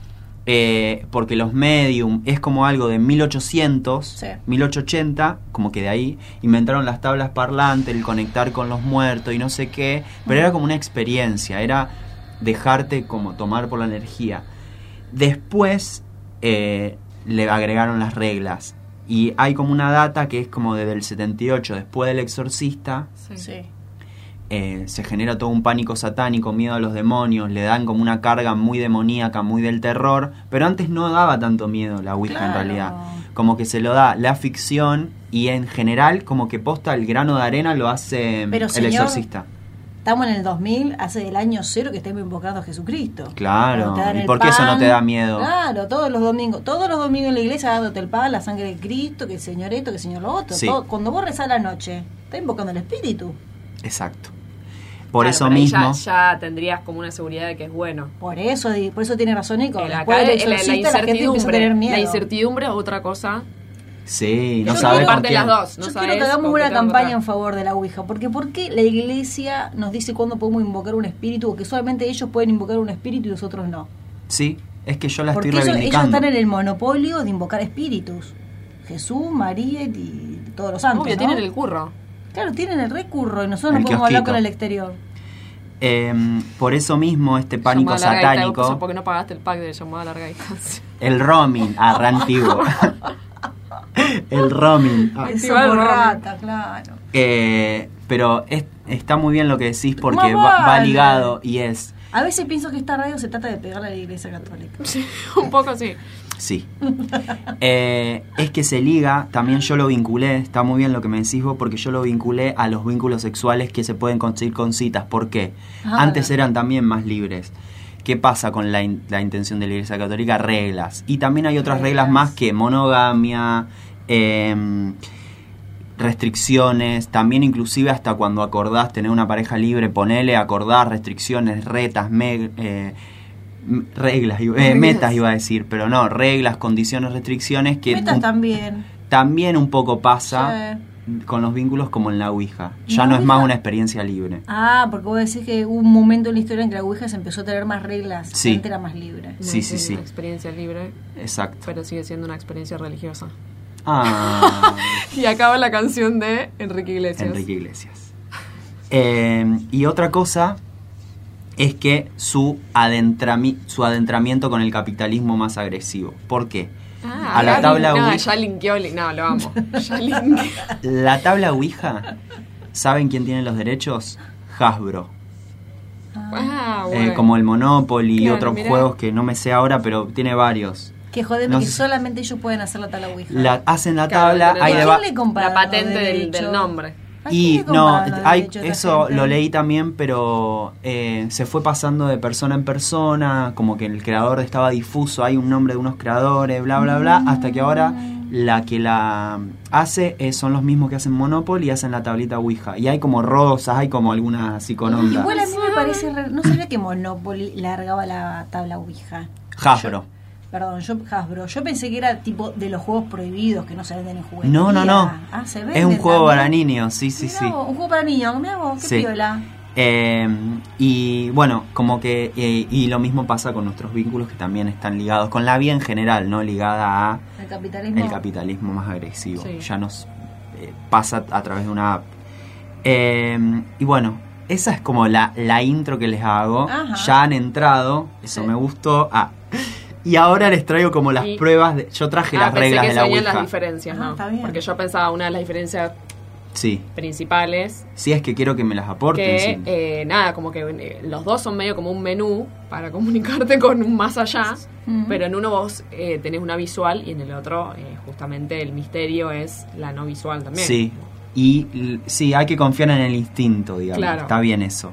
Eh, porque los medium es como algo de 1800, Sí. 1880, como que de ahí inventaron las tablas parlantes, el conectar con los muertos y no sé qué, pero era como una experiencia, era dejarte como tomar por la energía. Después eh, le agregaron las reglas y hay como una data que es como desde el 78, después del exorcista, Sí. Sí. eh, se genera todo un pánico satánico, miedo a los demonios, le dan como una carga muy demoníaca, muy del terror, pero antes no daba tanto miedo la Ouija en Claro. realidad. Como que se lo da la ficción y en general como que posta el grano de arena lo hace mm, Pero, el señor- exorcista. Estamos en el 2000, hace el año cero que estemos invocando a Jesucristo. Claro, Cuando te dan ¿y el por qué eso no te pan. Ah. da miedo? Claro, todos los domingos, todos los domingos en la iglesia dándote el pan, la sangre de Cristo, que el Señor esto, que el Señor lo otro. Sí. Todo- cuando vos rezás la noche, estás invocando el Espíritu. Exacto. Por Claro, eso pero ahí mismo... Ya, ya tendrías como una seguridad de que es bueno. Por eso, di- por eso tiene razón Nico. El Después acá, del el- la, exorcista, la gente empieza a incertidumbre. tener miedo. La incertidumbre es otra cosa. Sí, no Yo sabes quiero- con parte de las quién. dos. No Yo sabes quiero que hagamos con una qué te vas a campaña en encontrar. favor de la Ouija, porque ¿por qué la iglesia nos dice cuándo podemos invocar un espíritu o que solamente ellos pueden invocar un espíritu y nosotros no? Sí, es que yo la Porque estoy ellos, ellos reivindicando. están en el monopolio de invocar espíritus. Jesús, María y todos los santos. Obvio, ¿no? tienen el curro. Claro, tienen el recurro y nosotros El no podemos hablar kiosquito. con el exterior. Em, por eso mismo este pánico Llamada larga y tal, satánico, porque no pagaste el pack de llamada larga distancia. el roaming, arra antiguo. el roaming. Ah, Es Activar el rata, claro. eh, pero es- está muy bien lo que decís Más porque va, va vale. ligado y es, A veces pienso que esta radio se trata de pegarle a la iglesia católica. Un poco así. sí. Eh, es que se liga, también yo lo vinculé, está muy bien lo que me decís vos porque yo lo vinculé a los vínculos sexuales que se pueden conseguir con citas. ¿Por qué? Ah, Antes bien. eran también más libres. ¿Qué pasa con la, in- la intención de la Iglesia Católica? Reglas. Y también hay otras reglas, Reglas. más que monogamia, em, restricciones, también inclusive hasta cuando acordás tener una pareja libre, ponele, acordás restricciones, retas, me- eh, m- reglas, iba- eh, Reglas. metas iba a decir, pero no, reglas, condiciones, restricciones que Metas un- también. también un poco pasa Sí. con los vínculos como en la Ouija. Ya ¿La no es más Ouija? una experiencia libre. Ah, porque vos decís que hubo un momento en la historia en que la Ouija se empezó a tener más reglas. Sí. Antes era más libre. Sí, sí, es sí. Una experiencia libre, Exacto. pero sigue siendo una experiencia religiosa. Ah, Y acaba la canción de Enrique Iglesias. Enrique Iglesias. Eh, y otra cosa es que su, adentrami- su adentramiento con el capitalismo más agresivo. ¿Por qué? Ah, A la ya tabla lin- No, Ouija. ya linkeó. li- No, lo amo. Ya linkeó. La tabla Ouija, ¿saben quién tiene los derechos? Hasbro. Ah, Eh, bueno. como el Monopoly y Claro, otros mirá. juegos que no me sé ahora, pero tiene varios. Que jodeme No que sé si- solamente ellos pueden hacer la tal Ouija. La, hacen la Claro, tabla, pero hay ¿a deba- quién le comp- La patente del, Derecho. del nombre. ¿A quién Y le no, compraron los hay, derechos a esta eso gente? lo leí también, pero eh, se fue pasando de persona en persona, como que el creador estaba difuso, hay un nombre de unos creadores, bla, bla, bla, Mm. hasta que ahora la que la hace eh, son los mismos que hacen Monopoly y hacen la tablita Ouija. Y hay como rosas, hay como algunas así con onda. Igual a mí me parece. re- No sabía que Monopoly largaba la tabla Ouija. Hasbro. Perdón, yo, Hasbro. Yo pensé que era tipo de los juegos prohibidos que no se venden en juguetes. No, no, no. Ah, se Es un venden juego para también. niños, sí, sí, Mirá sí. vos, un juego para niños, mirá vos, qué Sí. piola. Eh, y bueno, como que. eh, y lo mismo pasa con nuestros vínculos que también están ligados con la vida en general, ¿no? Ligada a El capitalismo. el capitalismo más agresivo. Sí. Ya nos eh, pasa a través de una app. Eh, y bueno, esa es como la, la intro que les hago. Ajá. Ya han entrado, eso Sí. me gustó. Ah. Y ahora les traigo como las Y- pruebas. De, yo traje ah, las pensé reglas que de la se veían Ouija. las diferencias, Ah, ¿no? está bien. Porque yo pensaba una de las diferencias Sí, principales sí, es que quiero que me las aporten. que sí. eh, nada, como que eh, los dos son medio como un menú para comunicarte con un más allá, Mm. pero en uno vos eh, tenés una visual y en el otro eh, justamente el misterio es la no visual también. Sí. Y l- sí, hay que confiar en el instinto, digamos. Claro. Está bien eso.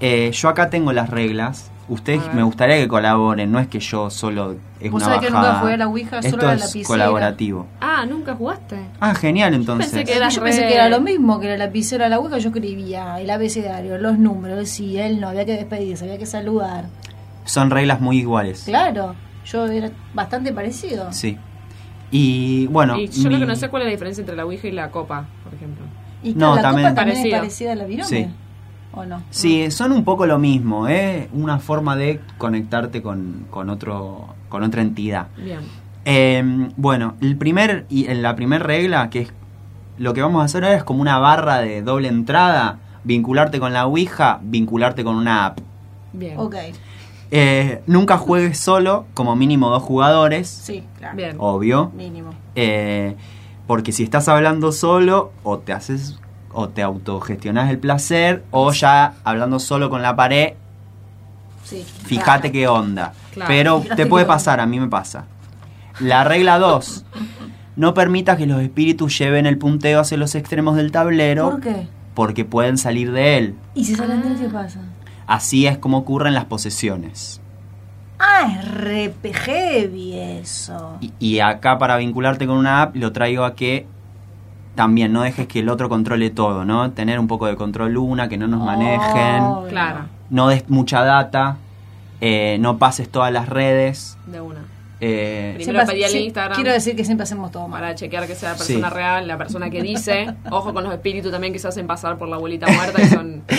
Eh, yo acá tengo las reglas. A Ustedes ver. me gustaría que colaboren, no es que yo solo es Vos una sabés que bajada. nunca jugué a la Ouija, Esto solo a la es lapicera. colaborativo. Ah, nunca jugaste. Ah, genial entonces. pensé Y Era yo re- pensé que era lo mismo, que era la lapicera de la Ouija, yo escribía el abecedario, los números, sí, él no, había que despedirse, había que saludar. Son reglas muy iguales. Claro, yo era bastante parecido. Sí. Y bueno, y yo lo mi- que no sé cuál es la diferencia entre la Ouija y la copa, por ejemplo. Y No, claro, la también- copa también Parecido. es parecida a la virome. Sí. ¿O no? Sí, son un poco lo mismo, ¿eh? Una forma de conectarte con, con otro, con otra entidad. Bien. Eh, bueno, el primer, y en la primera regla, que es lo que vamos a hacer ahora es como una barra de doble entrada, vincularte con la Ouija, vincularte con una app. Bien. Ok, Eh, nunca juegues solo, como mínimo dos jugadores, sí, claro. Bien. obvio, Mínimo. eh, porque si estás hablando solo, o te haces, o te autogestionás el placer, o ya hablando solo con la pared, Sí. fíjate claro. qué onda. Claro. Pero Fíjate te qué puede onda. pasar, a mí me pasa. La regla 2. No permitas que los espíritus lleven el punteo hacia los extremos del tablero ¿Por qué? porque pueden salir de él. ¿Y si salen Ah. tres, qué pasa? Así es como ocurren las posesiones. Ah, es re heavy eso. Y, y acá para vincularte con una app lo traigo a que también no dejes que el otro controle todo, ¿no? Tener un poco de control una, que no nos manejen, Oh, Claro, no des mucha data, eh, no pases todas las redes. de una. eh, Primero pedí al sí, Instagram. Quiero decir que siempre hacemos todo mal. Para chequear que sea la Sí. persona real, la persona que dice. Ojo con los espíritus también que se hacen pasar por la abuelita muerta, que son. Los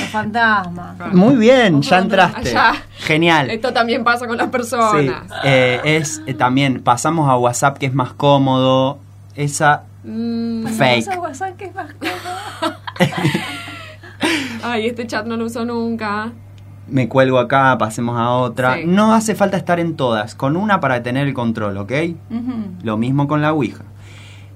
fantasmas. Muy bien, ya entraste. Allá. Genial. Esto también pasa con las Sí, personas. eh, es eh, también pasamos a WhatsApp que es más cómodo. Esa Mm. Fake. Pasa WhatsApp que es más cómodo. Ay, este chat no lo uso nunca. Me cuelgo acá, pasemos a otra. Sí. No hace falta estar en todas, con una para tener el control, ¿ok? Ujú. Lo mismo con la Ouija.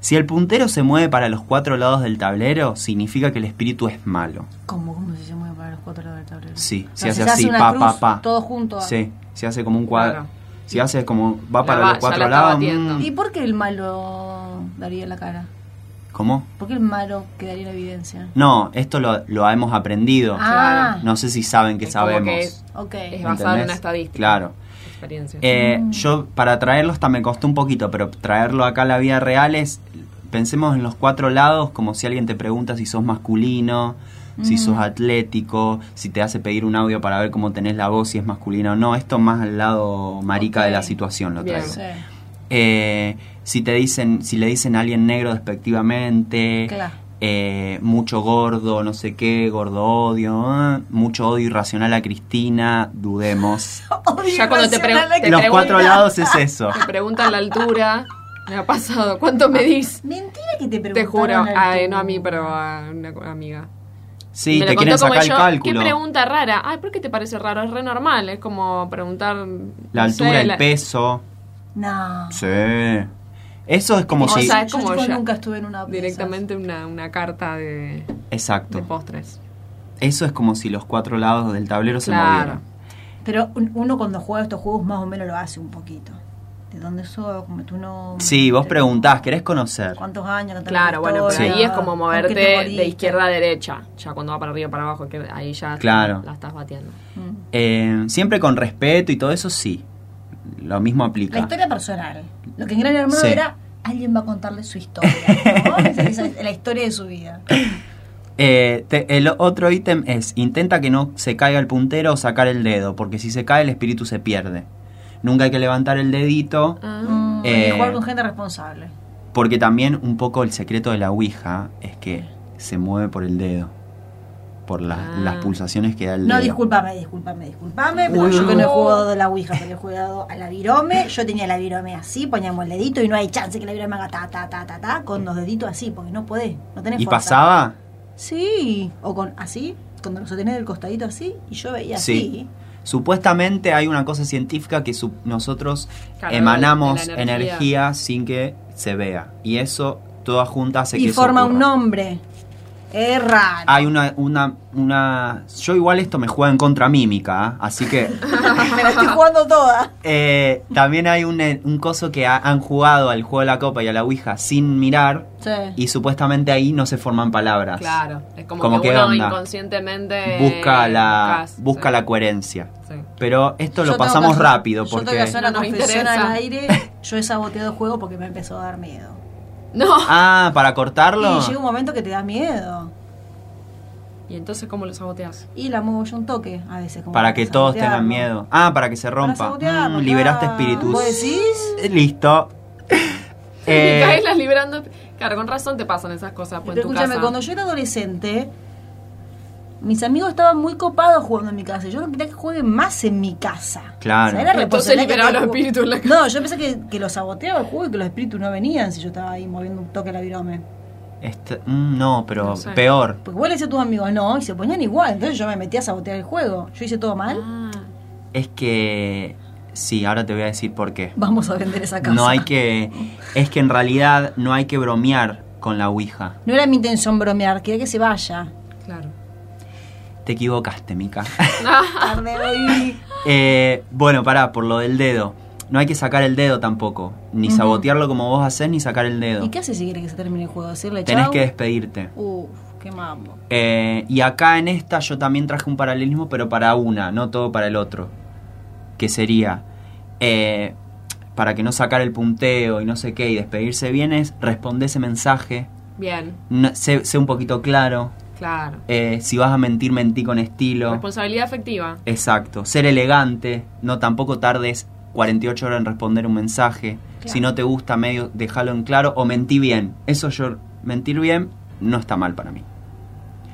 Si el puntero se mueve para los cuatro lados del tablero, significa que el espíritu es malo. ¿Cómo, ¿Cómo se mueve para los cuatro lados del tablero? Sí, No, se hace se así, una pa, cruz, pa, pa. Todo junto. a- Sí, se hace como un cuadro. Claro. Se hace como, va La para va- los ya cuatro la está lados. batiendo. mm, ¿Y por qué el malo daría la cara? ¿Cómo? ¿Por qué el malo quedaría en evidencia? No, esto lo, lo hemos aprendido. Ah, No sé si saben que Es como sabemos. que es- ok. Es basado en una ¿Entendés? estadística. Claro. Experiencia. Eh, Mm. Yo para traerlo hasta me costó un poquito, pero traerlo acá a la vida real es, pensemos en los cuatro lados, como si alguien te pregunta si sos masculino, Mm. si sos atlético, si te hace pedir un audio para ver cómo tenés la voz, si es masculino o no. Esto más al lado marica de la Ok. situación lo Bien. traigo. Sí, Eh, si te dicen, si le dicen a alguien negro despectivamente, claro. eh, mucho gordo, no sé qué, gordo odio, ah, mucho odio irracional a Cristina, dudemos. Ya cuando te pregu- te Los pregunta- cuatro lados es eso. Te preguntan la altura. Me ha pasado. ¿Cuánto medís? Mentira que te preguntaron. Te juro. al Ay, tipo. no a mí, pero a una co- amiga. Sí, Me lo te contó quieren como sacar el yo, cálculo. Qué pregunta rara. Ay, ¿por qué te parece raro? Es re normal. Es como preguntar. La no sé, altura, el la- peso. No. Sí. Eso es como O si. sea, Yo, es como tipo, ya- nunca estuve en una. de Directamente una, una carta de, de Exacto. postres. Eso es como si los cuatro lados del tablero se Claro. movieran. esas. Pero un- uno cuando juega estos juegos más o menos lo hace un poquito. ¿De dónde sos? ¿Cómo es tu nombre? Sí, vos preguntás, ¿querés conocer? ¿Cuántos años? ¿Cuántas Claro, bueno, pero Sí. historias? ahí es como ¿Con moverte qué te moriste? de izquierda a derecha. Ya cuando va para arriba para abajo, que ahí ya Claro. la estás batiendo. Mm. Eh, siempre con respeto y todo eso, sí. Lo mismo La aplica. historia personal. Lo que en Gran Hermano Sí. era alguien va a contarle su historia, ¿no? Esa- esa es la historia de su vida. Eh, te- el otro ítem es, intenta que no se caiga el puntero o sacar el dedo, porque si se cae el espíritu se pierde. Nunca hay que levantar el dedito, Mm, Eh. y jugar con gente responsable. porque también un poco el secreto de la Ouija es que se mueve por el dedo, por las- Ah. las pulsaciones que da el No, dedo. discúlpame, discúlpame, discúlpame, pero Uy, yo uy, que no he uy. jugado de la Ouija, pero he jugado a la virome, yo tenía la virome así, poníamos el dedito y no hay chance que la virome haga ta, ta, ta, ta, ta, con los deditos así, porque no podés, no tenés ¿Y fuerza. pasaba? Sí, o con así, cuando los tenés del costadito así, y yo veía Sí. así. Supuestamente hay una cosa científica que su- nosotros Claro, emanamos la energía. energía. sin que se vea. Y eso, toda junta hace que Ah. Y eso forma un ocurra. nombre. Es raro. Hay una, una, una... Yo igual esto me juega en contra mímica, ¿ah? así que... Me la estoy jugando toda. eh, también hay un, un coso que ha- han jugado al juego de la copa y a la Ouija sin mirar Sí. y supuestamente ahí no se forman palabras. Claro. Es como, Como que que uno onda. inconscientemente. Eh, Busca la, buscas, busca sí. la coherencia. Sí. Pero esto lo Yo tengo que pasamos hacer- rápido Yo tengo que porque... hacer una No nos confesión interesa. al aire. Yo he saboteado el juego porque me empezó a dar miedo. No. Ah, para cortarlo. Y llega un momento que te da miedo. ¿Y entonces cómo lo saboteas? Y la muevo yo un toque a veces. como Para que todos sabotearlo. tengan miedo. Ah, para que se Para rompa. sabotearlo, Mm, liberaste claro. espíritus. ¿Vos decís? Eh, Listo. Eh, y caes las liberando. Claro, con razón te pasan esas cosas pues, Pero en tu escúchame, casa. cuando yo era adolescente, mis amigos estaban muy copados jugando en mi casa. Yo no quería que jueguen más en mi casa. Claro. era Entonces responsabilidad que liberaba tenía los que espíritus en la jugar. No, yo pensé que, que los saboteaba el juego y que los espíritus no venían si yo estaba ahí moviendo un toque la virome. este- mm, no, pero No sé. peor. Porque vos le decías a tus amigos no y se ponían igual. Entonces yo me metí a sabotear el juego. Yo hice todo mal. Ah, Es que. Sí, ahora te voy a decir por qué. Vamos a vender esa casa. No hay que. Es que en realidad no hay que bromear con la Ouija. No era mi intención bromear, quería que se vaya. claro. Te equivocaste, Mica. Tarde, baby. Eh, bueno, pará, por lo del dedo. No hay que sacar el dedo tampoco. Ni sabotearlo como vos hacés, ni sacar el dedo. ¿Y qué haces si quieres que se termine el juego? ¿Decirle chau? Tenés que despedirte. Uf, qué mambo. Eh, y acá en esta yo también traje un paralelismo, pero para una, no todo para el otro. Que sería, eh, para que no sacar el punteo y no sé qué y despedirse bien es, responde ese mensaje, Bien, no- sé, sé un poquito claro, claro. eh, si vas a mentir, mentí con estilo. Responsabilidad afectiva. Exacto, ser elegante, no tampoco tardes 48 horas en responder un mensaje. Si no te gusta, medio déjalo en claro o mentí bien. Eso yo, mentir bien, no está mal para mí.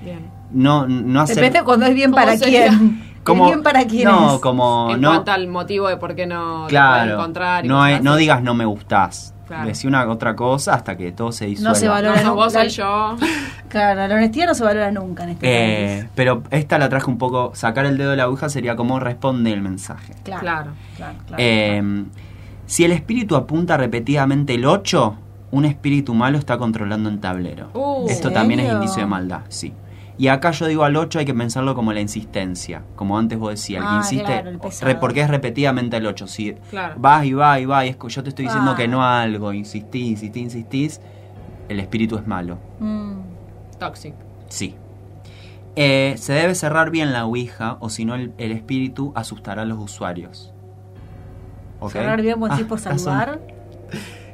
Bien. No, no hacer... Depende cuando es bien ¿Cómo para sería? quién. como ¿Es bien para quién no es? como en no cuanto al motivo de por qué no te pueden claro encontrar. y no cosas es- no así. digas no me gustás Claro. decía una otra cosa hasta que todo se disuelva. No se valora. No, no, vos La- soy yo. Claro, la honestidad no se valora nunca en este Eh, país. pero esta la traje un poco, sacar el dedo de la aguja sería como responde el mensaje. Claro, claro, Claro. claro. Eh, si el espíritu apunta repetidamente el 8, un espíritu malo está controlando el tablero. Uh. Esto ¿En también es serio? indicio de maldad, sí. Y acá yo digo al 8 hay que pensarlo como la insistencia, como antes vos decías, el que Ah, insiste, claro, el re- pesado. porque es repetidamente el 8, si Claro. vas y vas y vas, y es, co- yo te estoy diciendo Ah. que no a algo, insistís, insistís, insistís, el espíritu es malo, Mm. Toxic. sí. Eh, se debe cerrar bien la Ouija o si no el, el espíritu asustará a los usuarios. ¿Ok? Cerrar bien, buen Ah, sí por razón. saludar.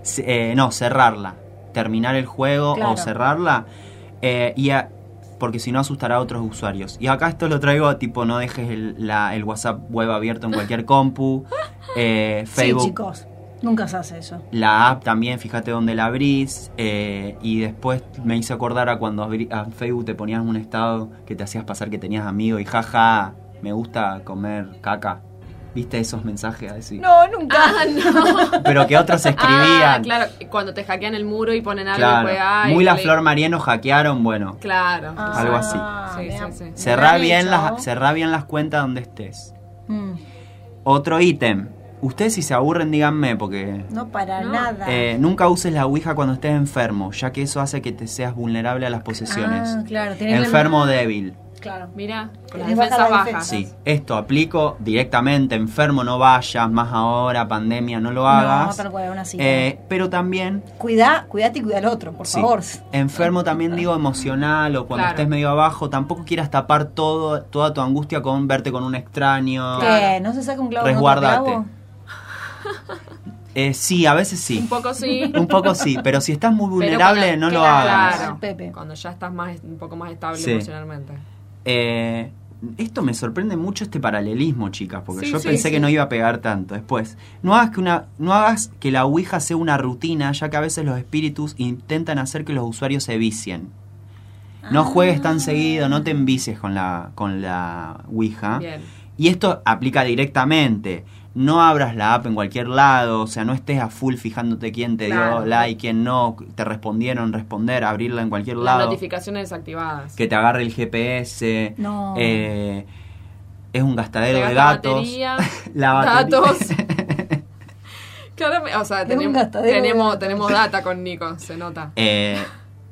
Se- eh, no, cerrarla. Terminar el juego o Claro. cerrarla. eh, y a- porque si no asustará a otros usuarios. Y acá esto lo traigo tipo no dejes el, la- el WhatsApp web abierto en cualquier compu. eh, Facebook. Sí, chicos. Nunca se hace eso. La app también, fíjate dónde la abrís. eh, y después me hice acordar a cuando abrí- a Facebook te ponías un estado que te hacías pasar que tenías amigos y jaja, me gusta comer caca. ¿Viste esos mensajes así? No, nunca. Pero que otros Ah, escribían. claro. Cuando te hackean el muro y ponen algo Claro. y después, ay, Muy la le- Flor Mariano hackearon, bueno. Claro. Ah, Algo así. Sí, mira, sí, sí. me Cerrá han bien, hecho. las, cerrá bien las cuentas donde estés. Mm, Otro ítem. Ustedes si se aburren, díganme, porque... No para No. nada. eh, nunca uses la Ouija cuando estés enfermo, ya que eso hace que te seas vulnerable a las posesiones. Ah, claro, tenés la- enfermo o débil. Claro. Mira, con las Les baja defensas la bajas. defensa. Sí, esto aplico directamente. Enfermo no vayas, más ahora, pandemia, no lo hagas. No, tal cual, una cita. Eh, pero también Cuidá, cuidate y cuida al otro, por Sí. favor. Enfermo también digo emocional o cuando Claro. estés medio abajo, tampoco quieras tapar todo, toda tu angustia con verte con un extraño. ¿Qué? ¿No se saca un clavo con otro Resguardate. clavo? Eh, sí, a veces Un sí. poco sí. Un poco sí, pero si estás muy pero vulnerable cuando- no lo claro, hagas. claro. Pepe. Cuando ya estás más, un poco más estable Sí. emocionalmente. Eh, esto me sorprende mucho este paralelismo, chicas, porque Sí, yo sí, pensé que sí. no iba a pegar tanto. Después, no hagas, que una, no hagas que la Ouija sea una rutina, ya que a veces los espíritus intentan hacer que los usuarios se vicien. Ah. No juegues tan seguido, no te envicies con la, con la Ouija. Bien. Y esto aplica directamente. No abras la app en cualquier lado, o sea, no estés a full fijándote quién te Claro. dio like, quién no, te respondieron, responder, abrirla en cualquier Las lado. notificaciones desactivadas. Que te agarre el GPS. No. eh, es un gastadero Te de gasta datos. batería, La batería. datos. Claramente, o sea, Es un tenemos, gastadero de tenemos, datos. tenemos data con Nico, se nota. Eh,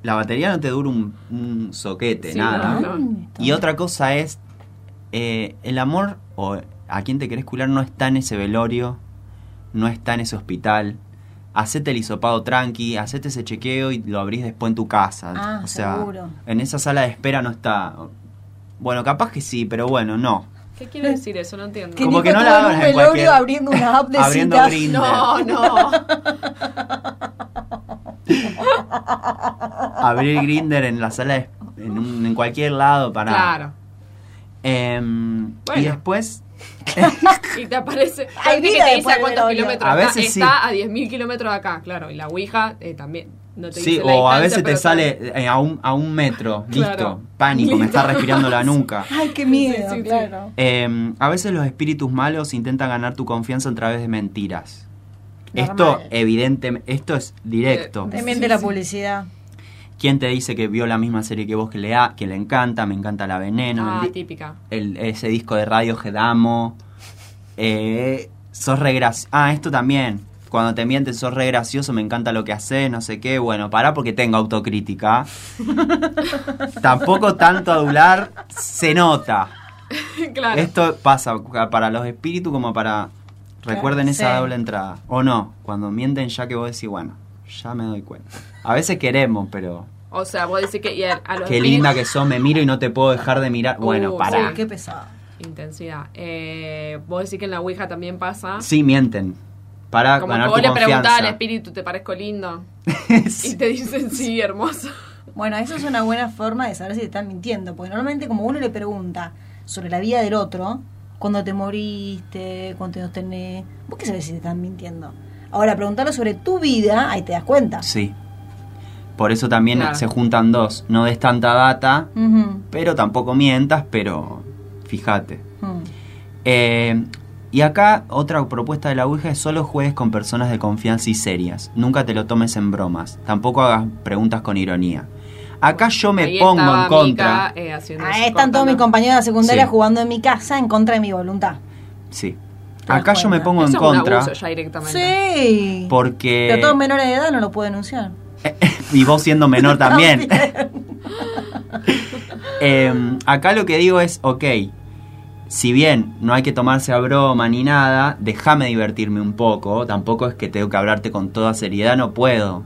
la batería no te dura un, un soquete, Sí, nada. no, no. Y otra cosa es, eh, el amor o a quien te querés curar no está en ese velorio, no está en ese hospital. Hacete el hisopado tranqui, hacete ese chequeo y lo abrís después en tu casa. Ah, o sea, seguro. en esa sala de espera no está. Bueno, capaz que sí, pero bueno, no. ¿Qué Eh, quiere decir eso? No entiendo. Como Nico que no la estuvo en abras un en velorio cualquier- abriendo una app de Abriendo citas. Grindr. No, no. Abrir grinder en la sala de- en, un- en cualquier lado para. Claro. Em, Y Bueno. después, Y te aparece. Hay gente vida que después te dice a del cuántos velorio. kilómetros A está. veces sí. Está a 10.000 kilómetros de acá, claro. Y la Ouija eh, también. No te sí, dice la o a distancia, veces te pero sale eh, a un, a un metro, listo, Claro. pánico, me Listo. está respirando la nuca. Ay, qué miedo, Sí, sí, sí. claro. Eh, a veces los espíritus malos intentan ganar tu confianza a través de mentiras. Esto, Normal. evidentemente, esto es directo. Te miente la publicidad. ¿Quién te dice que vio la misma serie que vos que le, ha- que le encanta? Me encanta La Veneno, Ah, el di- típica. el- ese disco de Radio Gedamo. Eh, sos re graci- Ah, esto también. Cuando te mienten, sos re gracioso, me encanta lo que haces, no sé qué. Bueno, pará porque tengo autocrítica. Tampoco tanto adular se nota. claro. Esto pasa ca- para los espíritus como para... Recuerden esa sí. doble entrada. O no, cuando mienten ya que vos decís, bueno, ya me doy cuenta. A veces queremos, pero... O sea, vos decís que y a, a los Qué espíritus- linda que sos, me miro y no te puedo dejar de mirar. Bueno, Uh, pará. Sí, qué pesado. Intensidad. Eh, vos decís que en la Ouija también pasa. Sí, mienten. Para Como que ganar tu vos le preguntás al confianza. espíritu, ¿te parezco lindo? Y Sí. te dicen, sí, hermoso. Bueno, eso es una buena forma de saber si te están mintiendo, porque normalmente como uno le pregunta sobre la vida del otro, cuando te moriste, cuántos años tenés, vos qué sabés si te están mintiendo. Ahora, preguntarle sobre tu vida, ahí te das cuenta. Sí. Por eso también Claro. se juntan dos. No des tanta data, Ujú, pero tampoco mientas, pero fíjate. ujú. Eh, Y acá otra propuesta de la Ouija es solo juegues con personas de confianza y serias. Nunca te lo tomes en bromas. Tampoco hagas preguntas con ironía. Acá yo me Ahí pongo estaba en contra. Mica, eh, haciendo Ahí eso, están todos mis contando. compañeros de secundaria Sí. jugando en mi casa en contra de mi voluntad. Sí. Te das Acá yo me cuenta. pongo en Eso es un contra abuso ya directamente. Sí. porque... Pero todos menores de edad no lo puedo denunciar. y vos siendo menor también. Eh, acá lo que digo es, ok, si bien no hay que tomarse a broma ni nada, déjame divertirme un poco. Tampoco es que tengo que hablarte con toda seriedad, no puedo.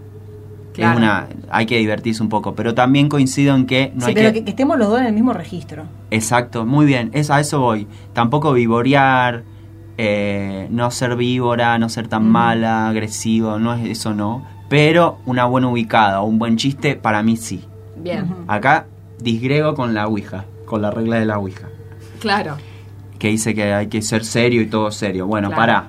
Claro. Es una, hay que divertirse un poco, pero también coincido en que no Sí, hay pero que, que... que estemos los dos en el mismo registro. Exacto, muy bien, es, a eso voy. Tampoco vivorear, eh, no ser víbora, no ser tan mala, agresivo, no es eso no. Pero una buena ubicada, un buen chiste, para mí sí. Bien, Acá disgrego con la Ouija, con la regla de la Ouija, claro. que dice que hay que ser serio y todo serio. Bueno, Claro. pará.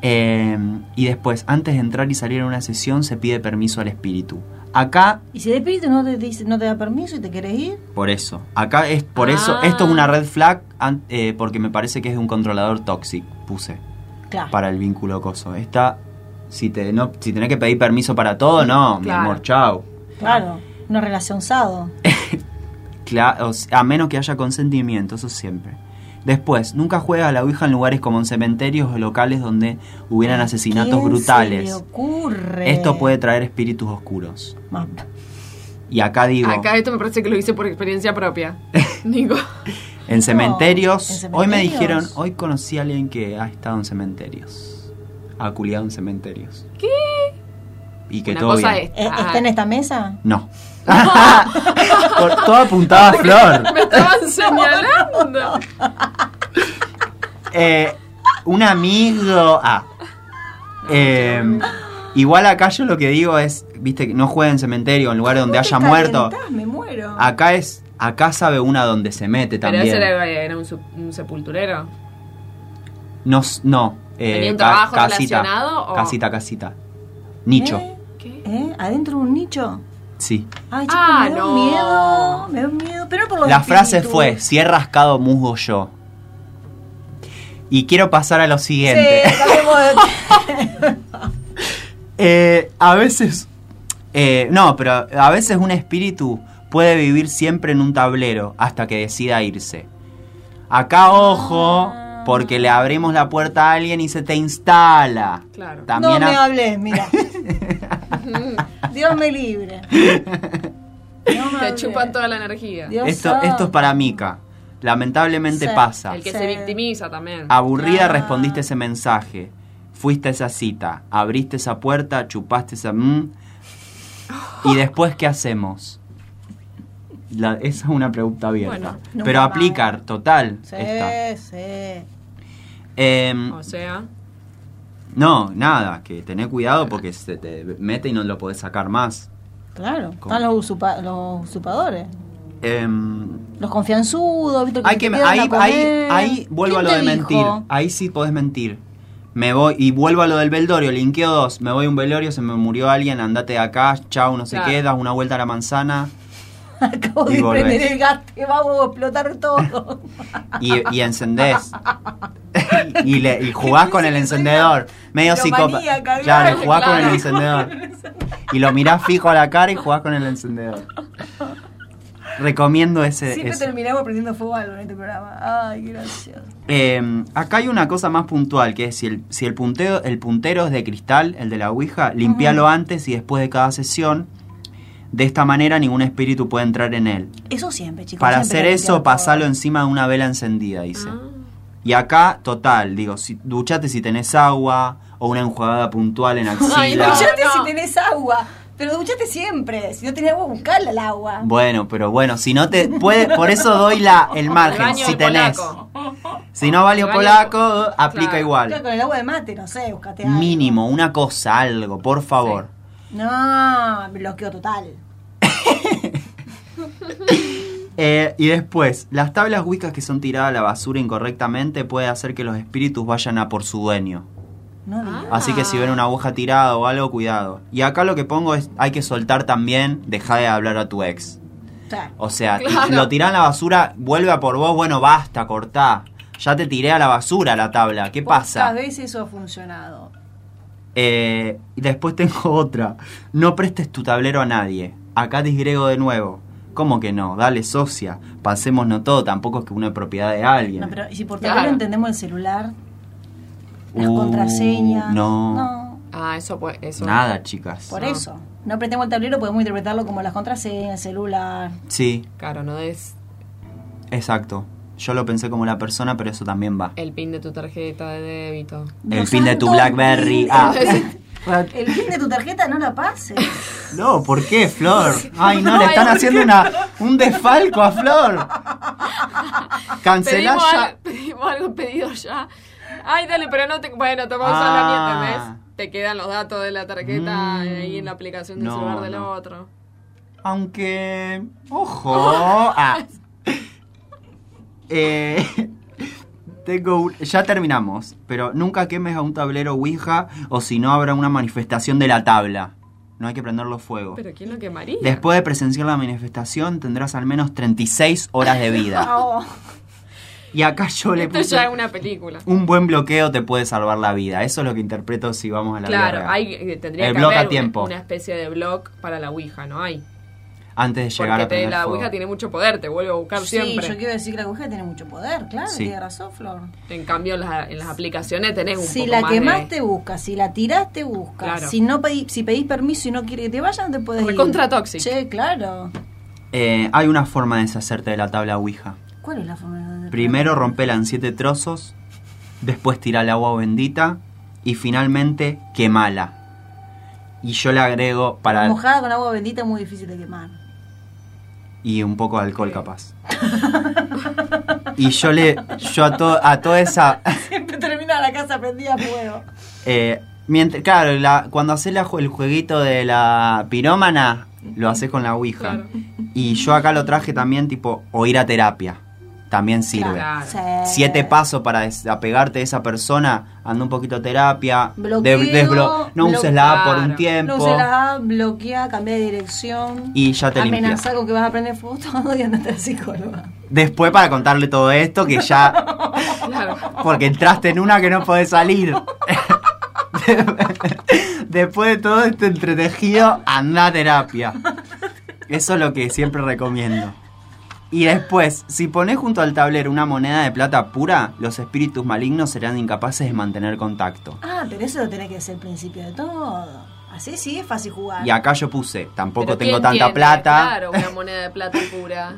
Eh, y después, antes de entrar y salir a una sesión, se pide permiso al espíritu. Acá, Y si de espíritu no te, dice, no te da permiso y te querés ir, por eso. Acá es por eso. Ah. Esto es una red flag an- eh, porque me parece que es de un controlador tóxico, puse, claro. para el vínculo coso. Esta, si, te, no, si tenés que pedir permiso para todo, no, mi Claro. amor, chao. Claro. Una relación sado. Cla- o sea, a menos que haya consentimiento, eso siempre. Después, nunca juega a la Ouija en lugares como en cementerios o locales donde hubieran asesinatos ¿Quién se brutales. le ocurre? Esto puede traer espíritus oscuros. Ma- Y acá digo, Acá esto me parece que lo hice por experiencia propia. Nico. en, cementerios, ¿en hoy me cementerios? dijeron, hoy conocí a alguien que ha estado en cementerios. Ha culiado en cementerios. ¿Qué? Y que Una todo cosa bien. es. ¿Eh, ¿Está en esta mesa? No. Por- todo apuntaba a Flor. Me estaban señalando. Eh, un amigo. Ah. Eh, igual acá yo lo que digo es, viste, que no jueguen en cementerio, en lugares donde haya Te muerto. calentás, Me muero. Acá es, acá sabe una donde se mete Pero también. ese era, eh, era un, su- un sepulturero. No, s- no. eh, ¿Tenía un ca- trabajo casita, relacionado o- casita, casita. Nicho, ¿Eh? ¿Qué? ¿Eh? ¿Adentro de un nicho? sí. Ay, chicos, Ah, me da no. un miedo. Me da un miedo. Pero por los La frase espíritus. fue, si he rascado musgo yo. Y quiero pasar a lo Sí, siguiente. sabemos. Eh, a veces. eh, no, pero a veces un espíritu puede vivir siempre en un tablero hasta que decida irse. Acá, ojo, Ah. porque le abrimos la puerta a alguien y se te instala. Claro. También no me ha- hables, mira. Dios me libre. No me Te hables. chupan toda la energía. Dios esto, santo. esto es para Mica. Lamentablemente Sí. pasa. El que Sí. se victimiza también. Aburrida Ah. respondiste ese mensaje. Fuiste a esa cita, abriste esa puerta, chupaste esa... mm. ¿Y después qué hacemos? La- esa es una pregunta abierta. Bueno, nunca Pero más. aplicar, total. Sí, esta. sí. Em, O sea, no, nada, que tener cuidado porque se te mete y no lo podés sacar más. Claro. ¿Cómo? Están los, usurpa- los usurpadores. Em, Los confianzudos, ¿viste? Que Hay te que, quedan a ahí, ahí, comer. ahí vuelvo a lo ¿Quién de te mentir. dijo? Ahí sí podés mentir. Me voy y vuelvo a lo del velorio, linkeo dos. Me voy a un velorio, se me murió alguien, andate de acá, chau, no sé Claro. qué, das una vuelta a la manzana. Acabo Y de volvés. prender el gas, te vamos a explotar todo. Y, y encendés. y, le, y jugás con el encendedor. Medio Piromaníaca, psicópata. claro, Claro, jugás con el claro. encendedor. Y lo mirás fijo a la cara y jugás con el encendedor. Recomiendo ese. Siempre ese. terminamos prendiendo fuego a algo en este programa. Ay, gracias. Eh, acá hay una cosa más puntual, que es si el, si el, punteo, el puntero es de cristal, el de la Ouija, limpialo antes y después de cada sesión. De esta manera ningún espíritu puede entrar en él. Eso siempre, chicos. Para siempre hacer lo eso, limpiamos pasalo encima de una vela encendida, dice. Ah. Y acá, total, digo, si, duchate si tenés agua o una enjuagada puntual en axila. Ay, todo. no, Duchate No. si tenés agua. Pero duchate siempre. Si no tenés agua, buscala el agua. Bueno, pero bueno, si no te puede, por eso doy la el el margen, baño si del tenés. polaco. Si no valió El baño- polaco, aplica Claro. igual. Claro, con el agua de mate, no sé, buscate algo. Mínimo, una cosa, algo, por favor. No, bloqueo total. Eh, y después, las tablas wicas que son tiradas a la basura incorrectamente puede hacer que los espíritus vayan a por su dueño. No digas. Así que si ven una aguja tirada o algo, cuidado. Y acá lo que pongo es, hay que soltar también, deja de hablar a tu ex. O sea, O sea, Claro. lo tiran a la basura, vuelve a por vos, bueno, basta, cortá. Ya te tiré a la basura la tabla. ¿Qué pasa? Pocas veces eso ha funcionado. Eh, y después tengo otra. No prestes tu tablero a nadie. Acá disgrego de nuevo. ¿Cómo que no? Dale socia. Pasémonos todo. Tampoco es que uno es propiedad de alguien. No, pero si por Claro. tablero entendemos el celular, las Uh, contraseñas. no. no. Ah, eso pues. Eso. Nada, chicas. Por No. eso. No apretemos el tablero, podemos interpretarlo como las contraseñas, el celular. Sí, Claro, no es exacto. Yo lo pensé como la persona, pero eso también va. el pin de tu tarjeta de débito. El Eh, Los pin de tu santos Blackberry. pines. Ah. El pin de tu tarjeta no la pases. No, ¿por qué, Flor? Ay, no, le están haciendo una, un desfalco a Flor. Cancelá Pedimos, ya. al- pedimos algo pedido ya. Ay, dale, pero no te. Bueno, te vamos a Ah. usar la mía, ¿entendés? Te quedan los datos de la tarjeta Mm. ahí en la aplicación del No, celular del no. otro. Aunque. Ojo. Oh. Ah. Eh, tengo un- Ya terminamos. Pero nunca quemes a un tablero Ouija o si no habrá una manifestación de la tabla. No hay que prenderlo fuego. Pero ¿quién lo quemaría? Después de presenciar la manifestación tendrás al menos 36 horas de vida. No. Y acá yo le Oh. Esto ya puse... es una película. Un buen bloqueo te puede salvar la vida. Eso es lo que interpreto si vamos a la vida Claro, real. hay, eh, tendría El que blog a haber una- tiempo. Una, especie de blog para la Ouija, ¿no hay? Antes de llegar Porque a te- prender la fuego. Ouija tiene mucho poder, te vuelve a buscar Sí, siempre. yo quiero decir que la aguja tiene mucho poder, claro, Sí. tiene razón, Flor. En cambio, en las, en las aplicaciones tenés un Si poco la más de- quemás, te busca. Si la tirás, te busca. Claro. Si no pedí, si pedís permiso y no quiere que te vayan, te puedes ir. Recontra tóxico. Che, claro. Eh, hay una forma de deshacerte de la tabla Ouija. ¿Cuál es la forma de Primero rompela en siete trozos, después tira el agua bendita y finalmente quemala. Y yo le agrego para Mojada con agua bendita es muy difícil de quemar. y un poco de alcohol capaz. Y yo le yo a, to- a toda esa Siempre termina la casa prendida a fuego. eh, mientras claro, la- cuando haces la ju- el jueguito de la pirómana lo haces con la ouija. Claro. Y yo acá lo traje también tipo o ir a terapia. También sirve. Claro. Sí. siete pasos para desapegarte de esa persona, anda un poquito a terapia, Bloqueo, de- desblo- no uses la A por un bloquear, tiempo No se la A, bloquea, cambia de dirección. y ya te limpias. Amenaza con que vas a prender fuego todo y andate al psicóloga. Después para contarle todo esto que ya Claro. porque entraste en una que no podés salir. Después de todo este entretejido, anda a terapia. Eso es lo que siempre recomiendo. Y después, si pones junto al tablero una moneda de plata pura, los espíritus malignos serán incapaces de mantener contacto. Ah, pero eso lo tenés que hacer al principio de todo. Así sí es fácil jugar. Y acá yo puse, tampoco Pero tengo ¿quién tanta tiene? plata. Claro, una moneda de plata pura.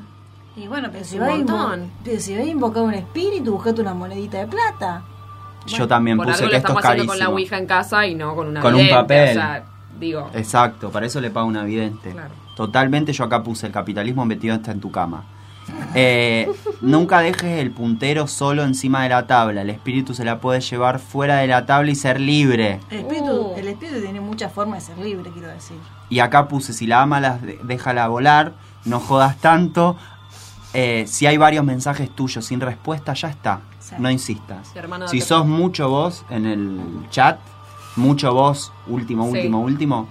Y bueno, pero si, Un vas a invo- montón. pero si vas a invocar un espíritu, buscate una monedita de plata. yo también Por puse algo que lo esto es estamos haciendo carísimo. con la Ouija en casa y no con una Con un vidente, papel. O sea, digo, Exacto, para eso le pago una vidente. Claro. Totalmente yo acá puse el capitalismo metido hasta en tu cama. Eh, nunca dejes el puntero solo encima de la tabla. El espíritu se la puede llevar fuera de la tabla y ser libre. El espíritu, Uh. el espíritu tiene muchas formas de ser libre, quiero decir. Y acá puse, si la amas, de- déjala volar, no jodas tanto. Eh, si hay varios mensajes tuyos sin respuesta, ya está. Sí. No insistas. Hermano, si te- sos mucho vos en el chat, mucho vos, último, Sí. último, último,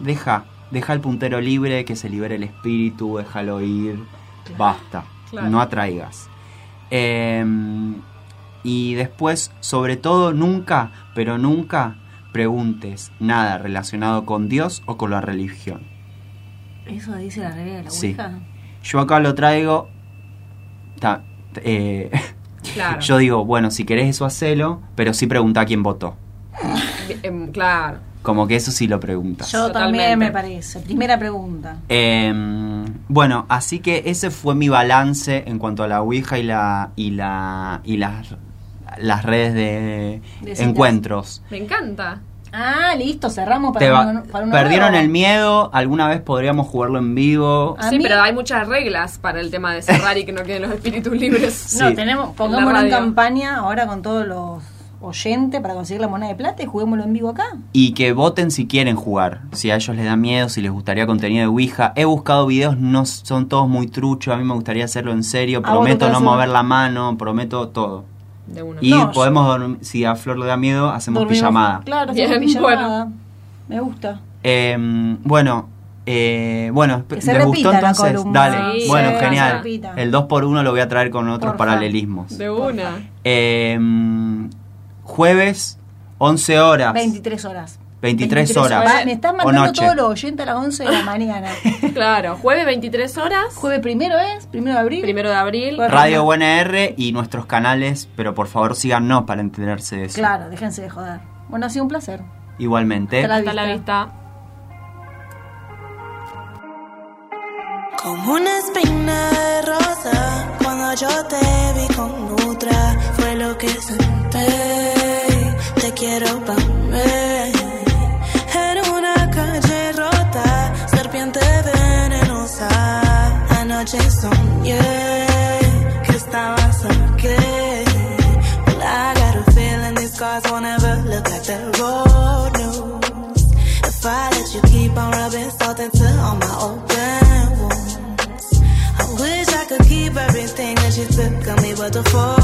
deja, deja el puntero libre, que se libere el espíritu, déjalo ir, basta, Claro. no atraigas. Em, y después, sobre todo, nunca, pero nunca preguntes nada relacionado con Dios o con la religión. Eso dice la regla de la Sí. Ouija. Yo acá lo traigo. ta- eh, claro. Yo digo, bueno, si querés eso, hacelo, pero sí pregunta a quién votó. Em, claro. Como que eso sí lo preguntas. Yo Totalmente. también me parece. Primera pregunta. Em, bueno, así que ese fue mi balance en cuanto a la Ouija y la y la y las las redes de, De citas. encuentros. Me encanta. Ah, listo, cerramos para, Te va- uno- para uno perdieron nuevo. el miedo, alguna vez podríamos jugarlo en vivo. A sí, mí- pero hay muchas reglas para el tema de cerrar y que no queden los espíritus libres. No, Sí. tenemos, La pongámoslo en radio. campaña ahora con todos los oyentes para conseguir la moneda de plata y juguémoslo en vivo acá. Y que voten si quieren jugar, si a ellos les da miedo, si les gustaría contenido de Ouija. He buscado videos, no son todos muy truchos, a mí me gustaría hacerlo en serio, Ah, vos prometo tocás no uno. mover la mano, prometo todo. De uno. Y No, podemos, dormir- si a Flor le da miedo, hacemos Dormimos- pijamada. Claro, Bien, hacemos pijamada. bueno. Me gusta. Eh, bueno, Eh, bueno, Que se ¿les gustó repita la entonces? columna. Dale, Sí, bueno, que se genial. repita. El 2x1 lo voy a traer con otros Porfa. paralelismos. De una. Eh, jueves, 11 horas. 23 horas. 23 horas. Va, me están O mandando noche. todos los oyentes a las 11 de la mañana. Claro, jueves 23 horas, Jueves primero es, primero de abril. primero de abril. Jueves. Radio Buena R y nuestros canales, pero por favor síganos para enterarse de eso. Claro, déjense de joder. Bueno, ha sido un placer. Igualmente. Hasta la Hasta la vista. Como una espina de rosa, cuando yo te vi con otra, fue lo que senté. Te quiero para mí. En una calle rota, serpiente venenosa, anoche soñé que estabas aquí. Well, I got a feeling these scars won't ever look like the road news. If I let you keep on rubbing salt into all my open wounds. I wish I could keep everything that you took on me, but the fall.